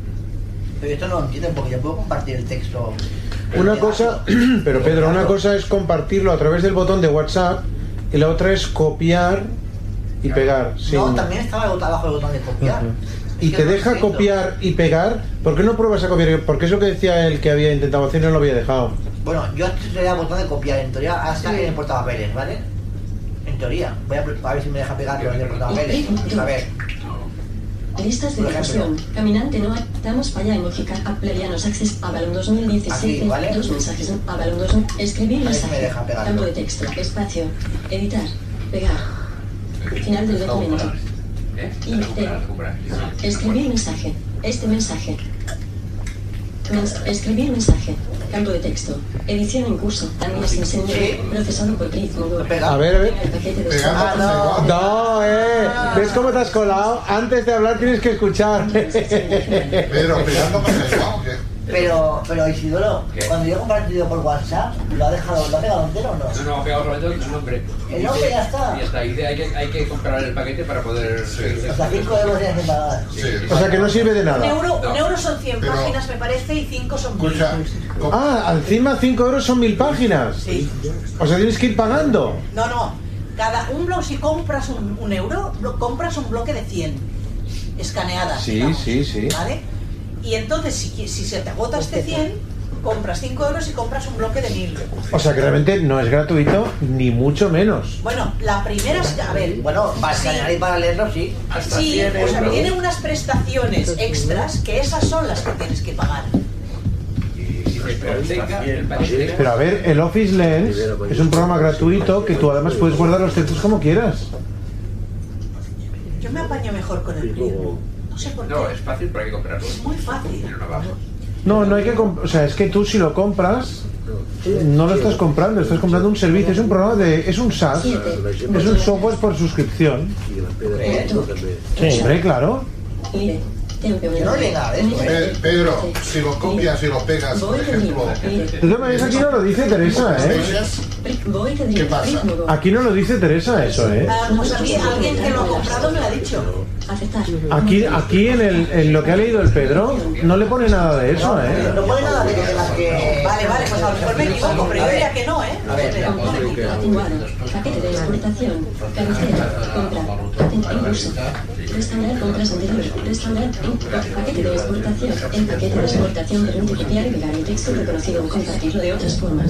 Pero esto no lo entiendo porque yo puedo compartir el texto. Una cosa, pero Pedro, una cosa es compartirlo a través del botón de WhatsApp y la otra es copiar y pegar. sin- No, también estaba abajo el botón de copiar. Ujú. Es Y que te no deja entiendo. copiar y pegar. ¿Por qué no pruebas a copiar? Porque eso que decía él que había intentado hacer y no lo había dejado. Bueno, yo antes le daba botón de copiar, en teoría, hasta en el portapapeles, ¿vale? En teoría. Voy a, pr- a ver si me deja pegar en el portapapeles. A ver. Listas de Por ejemplo. difusión. Caminante no estamos para allá en Mojica. Aplelianos Access. Avalon 2017. Aquí, ¿vale? Dos mensajes. Avalon 2. Escribir Ahí se me mensaje. deja pegarlo. Campo de texto. Espacio. Editar. Pegar. Final del No, documento. ¿Eh? Enter. Escribir mensaje. Este mensaje. Mens- escribir mensaje. Campo de texto. Edición en curso. Anillas sin sello. Procesado por Prism. A ver, a ver. Paquete de Ah, no. no, eh. ¿Ves cómo te has colado? Antes de hablar tienes que escuchar. Pedro, pegando Pero, pero Isidoro, cuando yo he compartido por WhatsApp, ¿lo ha dejado, lo ha pegado entero o no? No, no, ha pegado solamente con su nombre. El nombre ya está. Y hasta ahí de- hay que, hay que comprar el paquete para poder. Hasta 5 euros tienes que pagar. O sea que no sirve de Un nada. euro, un euro son 100 Pero- páginas, me parece, y 5 son mil. Ah, encima 5 euros son mil páginas. Sí. O sea, tienes que ir pagando. No, no. Cada un blog, si compras un, un euro, blo- compras un bloque de 100 escaneadas. Sí, digamos, sí, sí. ¿Vale? Y entonces, si, qui- si se te agota este 100, compras 5 euros y compras un bloque de 1000. O sea que realmente no es gratuito, ni mucho menos. Bueno, la primera es. A ver. Bueno, para sí. escanear y para leerlo, sí. Sí, o sea, tiene unas prestaciones extras que esas son las que tienes que pagar. Pero a ver, el Office Lens es un programa gratuito que tú además puedes guardar los textos como quieras. Yo me apaño mejor con el primo. No sé por qué. No, es fácil, pero hay que comprarlo. Es muy fácil. No, no hay que... comp- O sea, es que tú si lo compras, no lo estás comprando, estás comprando un servicio. Es un programa de... Es un SaaS. Es un software por suscripción. Sí. Hombre, claro. Libre. Tengo que ver. No le da esto, eh. Pe- Pedro, si lo copias y lo pegas, por ejemplo. De todas maneras, aquí no lo dice Teresa, ¿eh? ¿Qué pasa? Aquí no lo dice Teresa eso, ¿eh? Ah, pues a mí alguien que lo ha comprado me lo ha dicho. Aquí, aquí en, el, en lo que ha leído el Pedro no le pone nada de eso, ¿eh? No pone nada de que tengas que. Vale, vale, pues a lo mejor me equivoco, pero yo diría que no, ¿eh? A ver, Continuado. Paquete de exportación. Cabecera. Compra. Patente en curso. Restaurar compras anterior. Restaurar. en- Paquete de exportación. El paquete de exportación permite copiar y pegar el texto reconocido o compartirlo de otras formas.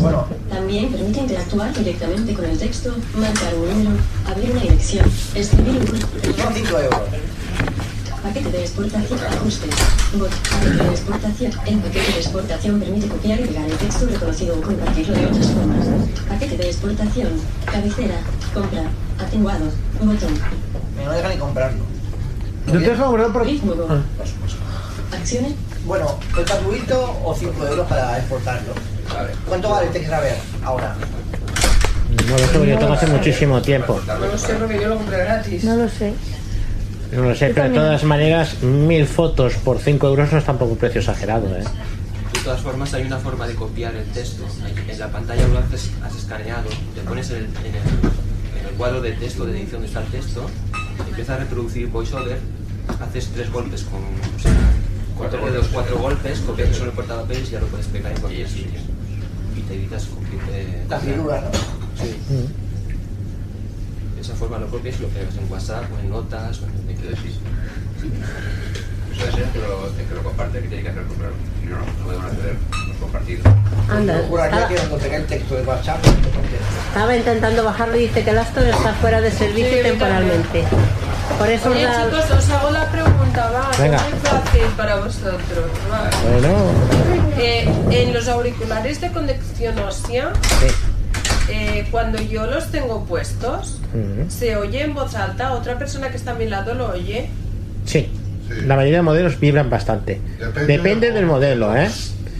También permite interactuar directamente con el texto, marcar un número, abrir una dirección, escribir un... Son 5 euros. Paquete de exportación, ajustes. Bot, paquete de exportación. El paquete de exportación permite copiar y pegar el texto reconocido o compartirlo de otras formas. Paquete de exportación. Cabecera. Compra. Atenuado. Botón. No deja ni comprarlo. No te deja guardar por... Ah. Acciones. Bueno, el gratuito o 5 euros para exportarlo. ¿Cuánto vale? este Te quieres saber ahora. No lo sé, porque yo tengo hace muchísimo tiempo. No este lo sé porque yo lo compré gratis. No lo sé. No lo sé, Yo pero de también. todas maneras, mil fotos por 5 euros no es tampoco un precio exagerado, ¿eh? De todas formas, hay una forma de copiar el texto. En la pantalla lo haces, has escaneado, te pones en el, en el- en el cuadro de texto, de edición de está el texto, empiezas a reproducir voiceover, haces tres golpes con. o sea, cuatro dedos, cuatro golpes, copias eso en el portavoz y ya lo puedes pegar en cualquier sitio. Y te evitas copiar. eh, La figura, ¿no? Sí. De esa forma lo copias y lo pegas en WhatsApp o en notas o en donde quieras. Eso es el que lo, el que lo comparte, que tiene que hacer comprarlo. Si no, no podemos hacer los compartidos. Anda, Yo juraría estaba- que cuando pegué el texto de WhatsApp, no te conté. Estaba intentando bajarlo y dice que el Astor está fuera de servicio temporalmente. Por eso Oye, la- chicos, os hago la pregunta, va. Venga. Es muy fácil para vosotros, va. Bueno, Eh, en los auriculares de conducción ósea, eh, cuando yo los tengo puestos, se oye en voz alta, otra persona que está a mi lado lo oye. sí. La mayoría de modelos vibran bastante. Depende Depende del modelo, ¿eh?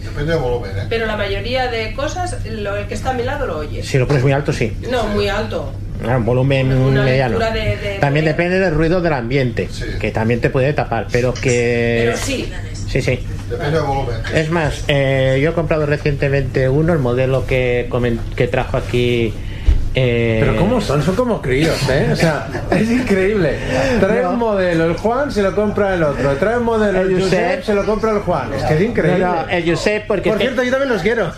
Depende del volumen, ¿eh? Pero la mayoría de cosas, lo, el que está a mi lado lo oye. Si lo pones muy alto, sí. No, muy alto. Ah, un volumen Una mediano. lectura de- de- También depende del ruido del ambiente, que también te puede tapar, pero que... Pero sí. Sí, sí. Depende del volumen. Es más, eh, yo he comprado recientemente uno, el modelo que, comen- que trajo aquí... eh, Pero ¿cómo son? Son como críos, ¿eh? O sea, es increíble. Trae un modelo el Juan, se lo compra el otro. Trae un modelo el El Josep, Josep. se lo compra el Juan. Es que es increíble. No, no, el Josep, porque... Por es que- cierto, yo también los quiero.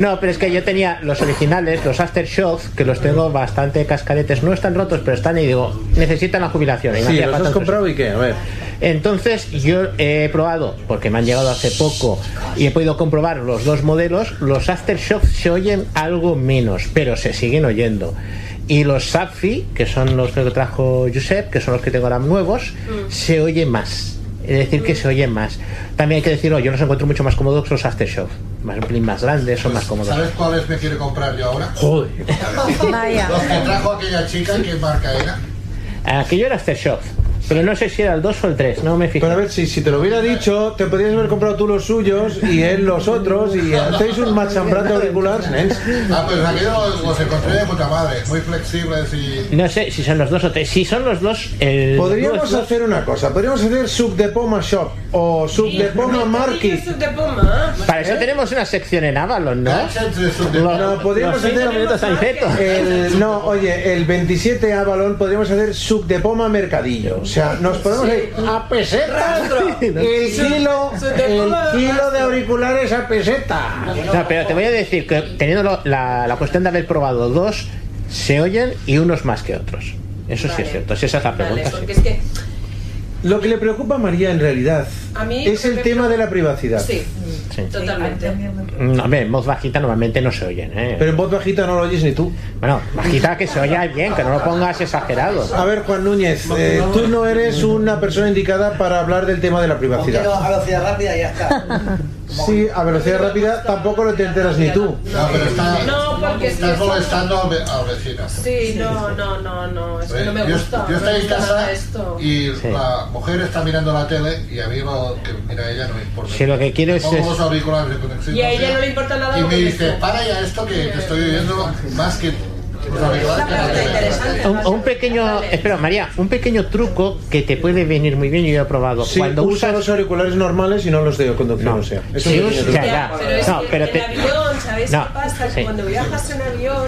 No, pero es que yo tenía los originales, los Aftershocks, que los tengo bastante cascadetes. No están rotos, pero están y digo, necesitan la jubilación. y me Sí, hacía ¿los falta has un comprado y qué? A ver. Entonces yo he probado, porque me han llegado hace poco y he podido comprobar los dos modelos, los aftershocks se oyen algo menos, pero se siguen oyendo. Y los Sapfi, que son los que trajo Josep, que son los que tengo ahora nuevos, se oye más. Es decir, que se oye más. También hay que decirlo, yo los encuentro mucho más cómodos que los aftershocks. Más, un pelín más grandes, son más cómodos. ¿Sabes cuáles me quiere comprar yo ahora? Joder. Vaya. Los que trajo aquella chica, ¿qué marca era? Aquello Ah, era aftershock. Pero no sé si era el 2 o el 3, no me fijé. Pero a ver, si, si te lo hubiera dicho, te podrías haber comprado tú los suyos y él los otros y hacéis un machambrate auricular. Ah, pues aquellos los encontré de puta madre, muy flexibles y No sé si son los dos o tres. Si son los dos, el. Podríamos los dos- hacer una cosa, podríamos hacer Subdepoma Shop o Subdepoma Market. Para ¿Eh? eso tenemos una sección en Avalon, ¿no? No, no, podríamos Los cinco hacer minutos al feto. el- no, oye, el 27 Avalon podríamos hacer Subdepoma Mercadillo. O sea, nos podemos ir a peseta. El kilo, el kilo de auriculares a peseta. No, pero te voy a decir que teniendo lo- la, la cuestión de haber probado dos, se oyen y unos más que otros. Eso sí es cierto, si esa es la Vale, pregunta. sí. porque es que Lo que le preocupa a María en realidad a mí... es el tema de la privacidad. Sí, Sí. totalmente. No, Mm, hombre, en voz bajita normalmente no se oyen, ¿eh? Pero en voz bajita no lo oyes ni tú. Bueno, bajita que se oya bien, que no lo pongas exagerado. A ver, Juan Núñez, eh, tú no eres una persona indicada para hablar del tema de la Quiero privacidad. a velocidad rápida y ya está. Sí, a velocidad rápida tampoco lo te enteras ni tú. No, pero está, No, porque es que estás eso- molestando al, ve- al vecino. Sí, no, no, no, no, es que Eh, no me yo- gusta. yo no me estoy en gusta casa nada esto. Y la mujer está mirando la tele y a mí lo que mira ella no me importa. Si lo que quieres Pongo es- los auriculares de conexión. Y a ella sea, no le importa nada Y lo me que dice, dice. para ya esto que, que estoy oyendo más que los auriculares que la tele". Un, un pequeño, espera, María, un pequeño truco que te puede venir muy bien, yo ya he probado. Sí, Cuando usa usas los auriculares normales y no los de conducción, o sea. es un Sí, pequeño usa- truco. ya, Pero es No, que pero en te- avión, ¿sabéis No, qué pasa? Que sí. Cuando viajas en avión,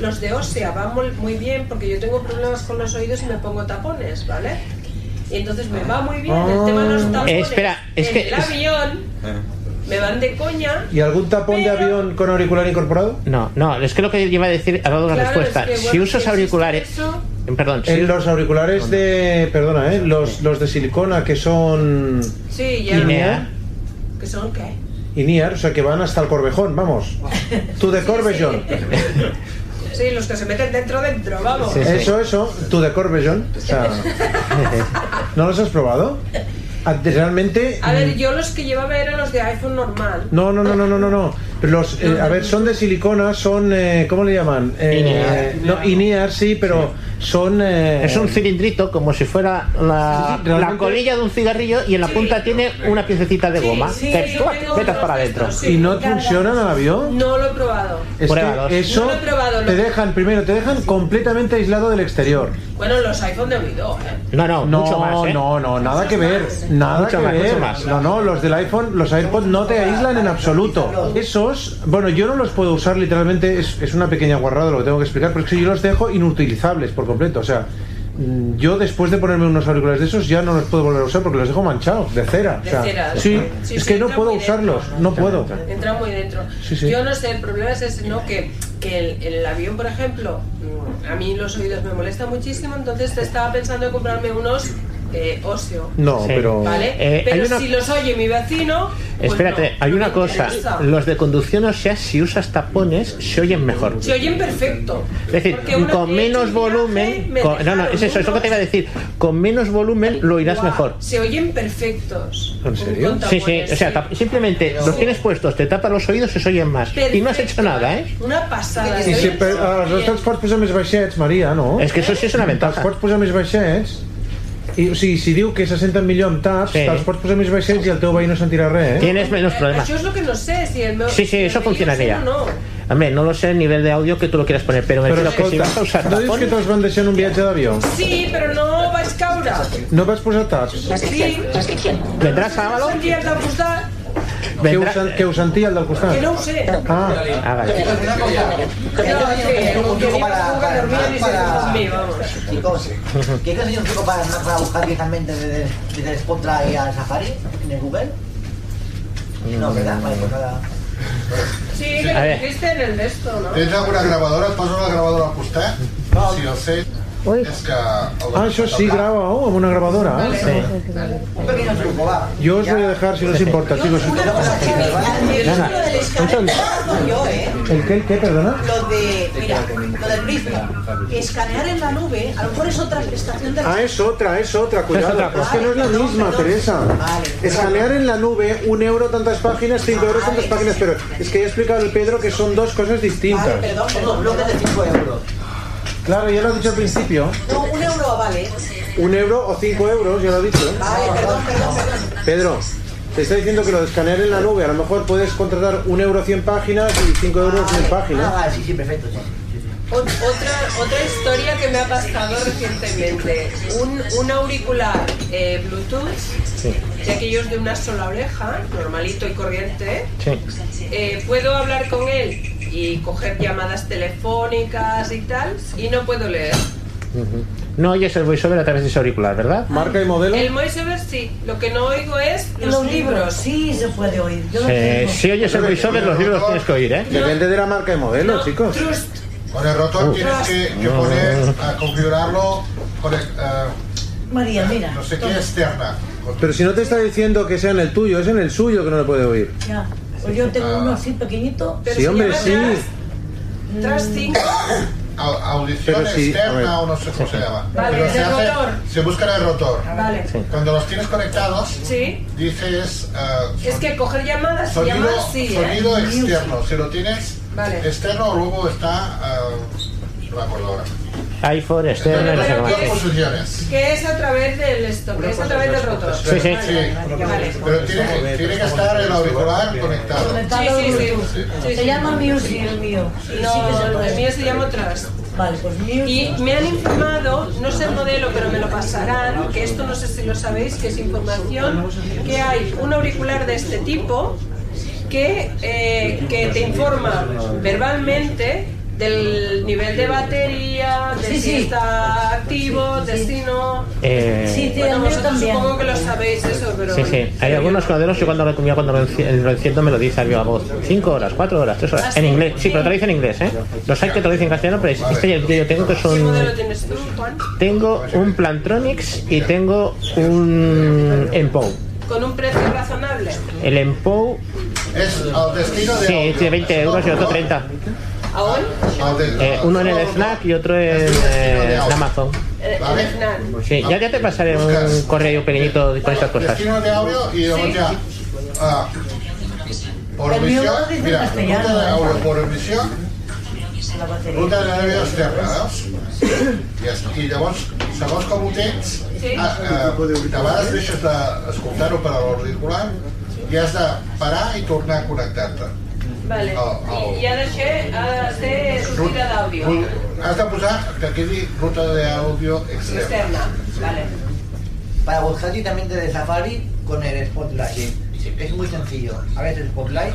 los de ósea van mol- muy bien porque yo tengo problemas con los oídos y me pongo tapones, ¿vale? Y entonces me va muy bien el tema de los Ah. tapones. Eh, espera, es en que- el es- avión me van de coña. ¿Y algún tapón de Eh. avión con auricular incorporado? No, no, es que lo que iba a decir ha dado la Claro, respuesta. es que, si bueno, usas existe auriculares, eso, perdón, si- En eh, los auriculares de. Perdona, ¿eh? Los, los de silicona que son. Sí, ya. INEA. ¿Que son qué? INEAR, o sea, que van hasta el corvejón, vamos. Tú de Corvejón. Sí, los que se meten dentro, dentro, vamos. Eso, eso, tú de Corvejón. O sea, ¿No los has probado? Ah, de- Realmente. mm, A ver, yo los que llevaba eran los de iPhone normal. No, no, no, no, no, no. no. Los, eh, a ver, son de silicona, son. eh, ¿Cómo le llaman? Eh, No, INEAR, sí, pero son. eh, es un cilindrito como si fuera la, Sí, sí, realmente- la colilla de un cigarrillo y en la punta tiene una piececita de goma sí, que yo ¡clac! tengo metas unos para de adentro. estos, sí. ¿Y no funcionan al avión? No lo he probado. Es Pruébalos. que eso No lo he probado, lo- te dejan, primero, te dejan completamente aislado del exterior. Bueno, los iPhone de oído, ¿eh? No, no, mucho más, ¿eh? no, no, nada que ver, nada Mucho que más, ver. mucho más. No, no, los del iPhone, los iPods no te aíslan en absoluto. Esos, bueno, yo no los puedo usar literalmente, es, es una pequeña guarrada lo que tengo que explicar, pero es que yo los dejo inutilizables por completo, o sea, mm, yo después de ponerme unos auriculares de esos ya no los puedo volver a usar porque los dejo manchados de cera. o sea, De cera, sí, sí, es sí, que no entra puedo muy usarlos, no puedo. Entra muy dentro. Sí, sí. Yo no sé, el problema es ese, ¿no? Que, que el, el avión, por ejemplo, mm, a mí los oídos me molesta muchísimo, entonces estaba pensando en comprarme unos eh, óseo. No, Sí. pero- ¿Vale? Eh, hay pero una- si los oye mi vecino. pues Espérate, no, hay no una me cosa. interesa. Los de conducción, o sea, si usas tapones, se oyen mejor. Se oyen perfecto. Es decir, Porque una con vez he hecho menos un viaje, volumen. ¿eh? me con- no, no, dejaron es eso, es lo que te iba a decir. Con menos volumen lo irás Guau, mejor. Se oyen perfectos. ¿En serio? Con Sí, sí, tapones, o sea, tap- simplemente los tienes puestos, te tapan los oídos y se oyen más. Y no has hecho nada, ¿eh? Una pasada. I se si oyen per, Eh, els nostres forts posem més baixets, Maria, no? És que això sí és una ventaja. Els pots posar més baixets i, o sigui, si diu que se senten millor amb taps, sí. te'ls pots posar més baixets i el teu veí no sentirà res, eh? Tienes menos problemas. Yo es lo que no sé si el meu- Sí, sí, eso funcionaría. o no. Hombre, no lo sé el nivel de audio que tú lo quieras poner, pero me Però refiero que si escolta, vas a usar no dius que tapones- te'ls van deixar en un viatge d'avió? Sí, pero no vais caura. No vas posar taps? Sí. Vendràs a Avalon? Son días de ajustar Que ho, sen- que ho sentia el del costat? que no ho sé. Ah, ah vale. un truco para, para, el Mac, para, chicos, ¿quieres enseñar un truco para el Mac para buscar directamente desde, desde el Spotlight al Safari en el Google? No, ¿verdad? Vale, pues nada. Sí, A que lo ver. dijiste en el de esto, ¿no? Tens alguna gravadora? Et poso la gravadora al costat? Si no sé, és que... ah això sí, grava oh, amb una gravadora. Eh? Sí. Un pequeño truco, va. Jo us voy a dejar, si no os importa, chicos. Una cosa que Nada. yo, ¿eh? ¿El qué? ¿El qué? Perdona. Lo de, mira, lo del mismo. Escanear en la nube, a lo mejor es otra estación del Ah, es otra, es otra, cuidado. Es otra cosa. es que no es la Perdón, misma, perdón. Teresa. Vale. Escanear en la nube, un euro tantas páginas, cinco euros tantas páginas, pero es que ya ha explicado el Pedro que son dos cosas distintas. Vale, perdón, perdón, bloque de 5 euros. Claro, ya lo he dicho al principio. No, un euro vale. ¿eh? Un euro o cinco euros, ya lo he dicho. Vale, perdón, perdón, perdón. Pedro, te está diciendo que lo de escanear en la nube, a lo mejor puedes contratar un euro 100 páginas y cinco euros 100 páginas. Ah, sí, sí, perfecto. sí. Ot- Otra, otra historia que me ha pasado recientemente. Un, un auricular eh, Bluetooth, de aquellos de una sola oreja, normalito y corriente, eh, puedo hablar con él y coger llamadas telefónicas y tal, y no puedo leer. No oyes el voiceover a través de ese auricular, ¿verdad? Marca y El voiceover sí, lo que no oigo es los, Los libros. libros, sí se puede oír. Yo lo Eh, tengo. si oyes el voiceover, los libros los tienes que oír, ¿eh? Depende de la marca y modelo, chicos. Con el rotor tienes que, que No. poner a configurarlo con el, eh, María, mira. no sé qué este, toma. externa. Pero si no te está diciendo que sea en el tuyo, es en el suyo que no le puede oír. Ya. Pues yo tengo uno así pequeñito. Ah. Mm. Sí, hombre, sí. Tras cinco. Au- audición Pero sí, a ver. externa o no sé cómo se llama. Vale, Pero se, del hace- rotor. se busca en el rotor. Vale. Cuando los tienes conectados, Sí. dices eh, Es que coger llamadas y sonido, llamar sí, ¿eh? sonido externo. Si lo tienes Vale. externo, luego está. eh, no me acuerdo ahora. iPhone, externo, no sé qué Dos más. posiciones. Que es a través del esto, que es a través del rotor. Sí, sí. Vale, vale, vale. Pero tiene que, tiene que estar el auricular conectado. Conectado Sí, sí, sí. Bluetooth. Sí, Se sí. llama Music el mío. No, el mío se llama Trust. Vale, pues Y me han informado, no sé el modelo, pero me lo pasarán, que esto no sé si lo sabéis, que es información, que hay un auricular de este tipo que, eh, que te informa verbalmente del nivel de batería, de Sí, si sí. está activo, de si no. Eh, sí, Sí, el bueno, mío vosotros también. supongo que lo sabéis eso, pero Sí, sí. Hay algunos modelos que cuando lo comía, cuando lo enci- eh, lo enciendo me lo dice a viva voz. Cinco horas, cuatro horas, tres horas. En inglés. Sí, pero te lo dice en inglés, ¿eh? Los hay que te lo dicen en castellano, pero este yo- yo tengo que ¿Qué son... modelo este? tienes tú, Juan? Tengo un Plantronics y tengo un Empow. Con un precio razonable. El Empow Es al destino de. sí, es de 20 euros y otro 30. ¿Aún? Eh, uno en el Snack y otro en, eh, en Amazon. Eh, el Fnac. Sí, ya, ya te pasaré un correo pequeñito con estas cosas. Destino de audio y luego ya. ah, por El mío emisión, lo dice en mira, castellano, ruta de ¿eh? audio por emisión, ruta de audio externa, veus? I, es, I llavors, segons com ho tens, ah, ah, de vegades deixes d'escoltar-ho per a l'auricular i has de parar i tornar a connectar-te. Vale. Al- al- Y ya dejé de subida de audio. Ru- Has de posar que quedi ruta de audio externa. Externa. Vale. Para buscar directamente de Safari con el Spotlight. Es muy sencillo. A ver el Spotlight.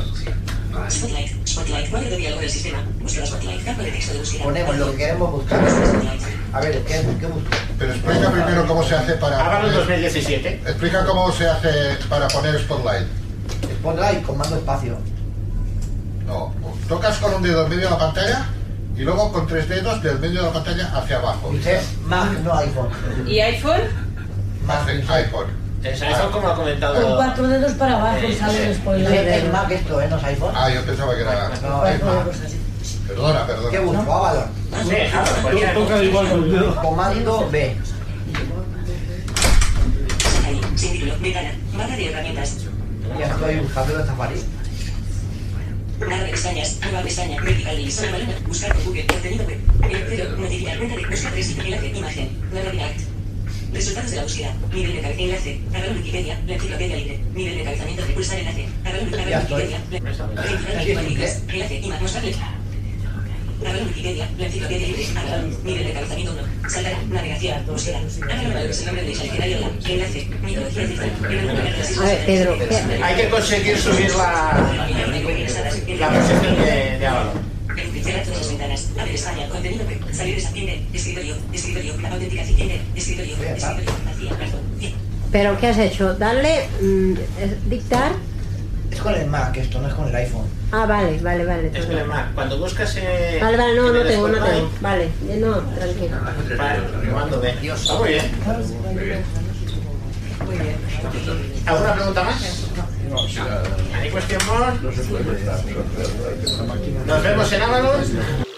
Spotlight, Spotlight, barra de diálogo del sistema. Buscar Spotlight, campo de texto de búsqueda. Ponemos lo que queremos buscar. A ver, ¿qué, qué busco? Pero explica primero cómo se hace para... Hágalo en 2017. Explica cómo se hace para poner Spotlight. Spotlight, comando espacio. No, tocas con un dedo en medio de la pantalla y luego con tres dedos del medio de la pantalla hacia abajo. Mac, no iPhone. ¿Y iPhone? Más de iPhone. Es iPhone como ha Con comentado. cuatro dedos para abajo Sí, sale el sí. spoiler. Es Mac esto, ¿eh? No es iPhone. Ah, yo pensaba que era. No, es Mac. Perdona, perdona. ¿Qué busco? Avalon. Sí, Ah, cualquier cosa. Comando B. Ahí, sin título, ventana, barra de herramientas. Ya estoy buscando de Safari. Barra de pestañas, nueva pestaña, vertical y sobre balana, buscar por Google, contenido web, el cero, notificar cuenta de busca tres, enlace, imagen, navegar. Resultados de la búsqueda, nivel de cabeza, enlace, agarrar Wikipedia, la enciclopedia libre, nivel de cabezamiento, pulsar enlace, agarrar Ya agarrar estoy. Wikipedia, la- verificar archivos, enlace, imagen, mostrarle. Agarrar Wikipedia, la enciclopedia libre, agarrar, nivel de cabezamiento 1, saltar, navegación, Ah, búsqueda, agarrar valores, el nombre de diccionario, enlace, mitología cifra, nivel de cabezamiento, A ver, Pedro. eh, Hay que conseguir subir la, la posición de, de Avalon. Cerrar todas las ventanas. Abre España. Contenido web. Salir de Tinder. Escritorio. Escritorio. Autenticación. Tinder. Escritorio. Escritorio. Vacía. Perdón. Pero ¿qué has hecho? Darle, mm, eh, dictar. Es con el Mac esto, no es con el iPhone. Ah, vale, vale, vale. Es que le mar- Cuando buscas. eh, Vale, vale, no, en no el tengo, no Spotify, tengo. Vale, eh, no, tranquilo. Vale, comando B. Está muy bien. Muy bien. ¿Alguna pregunta más? ¿Hay cuestión more? Nos vemos en Avalon.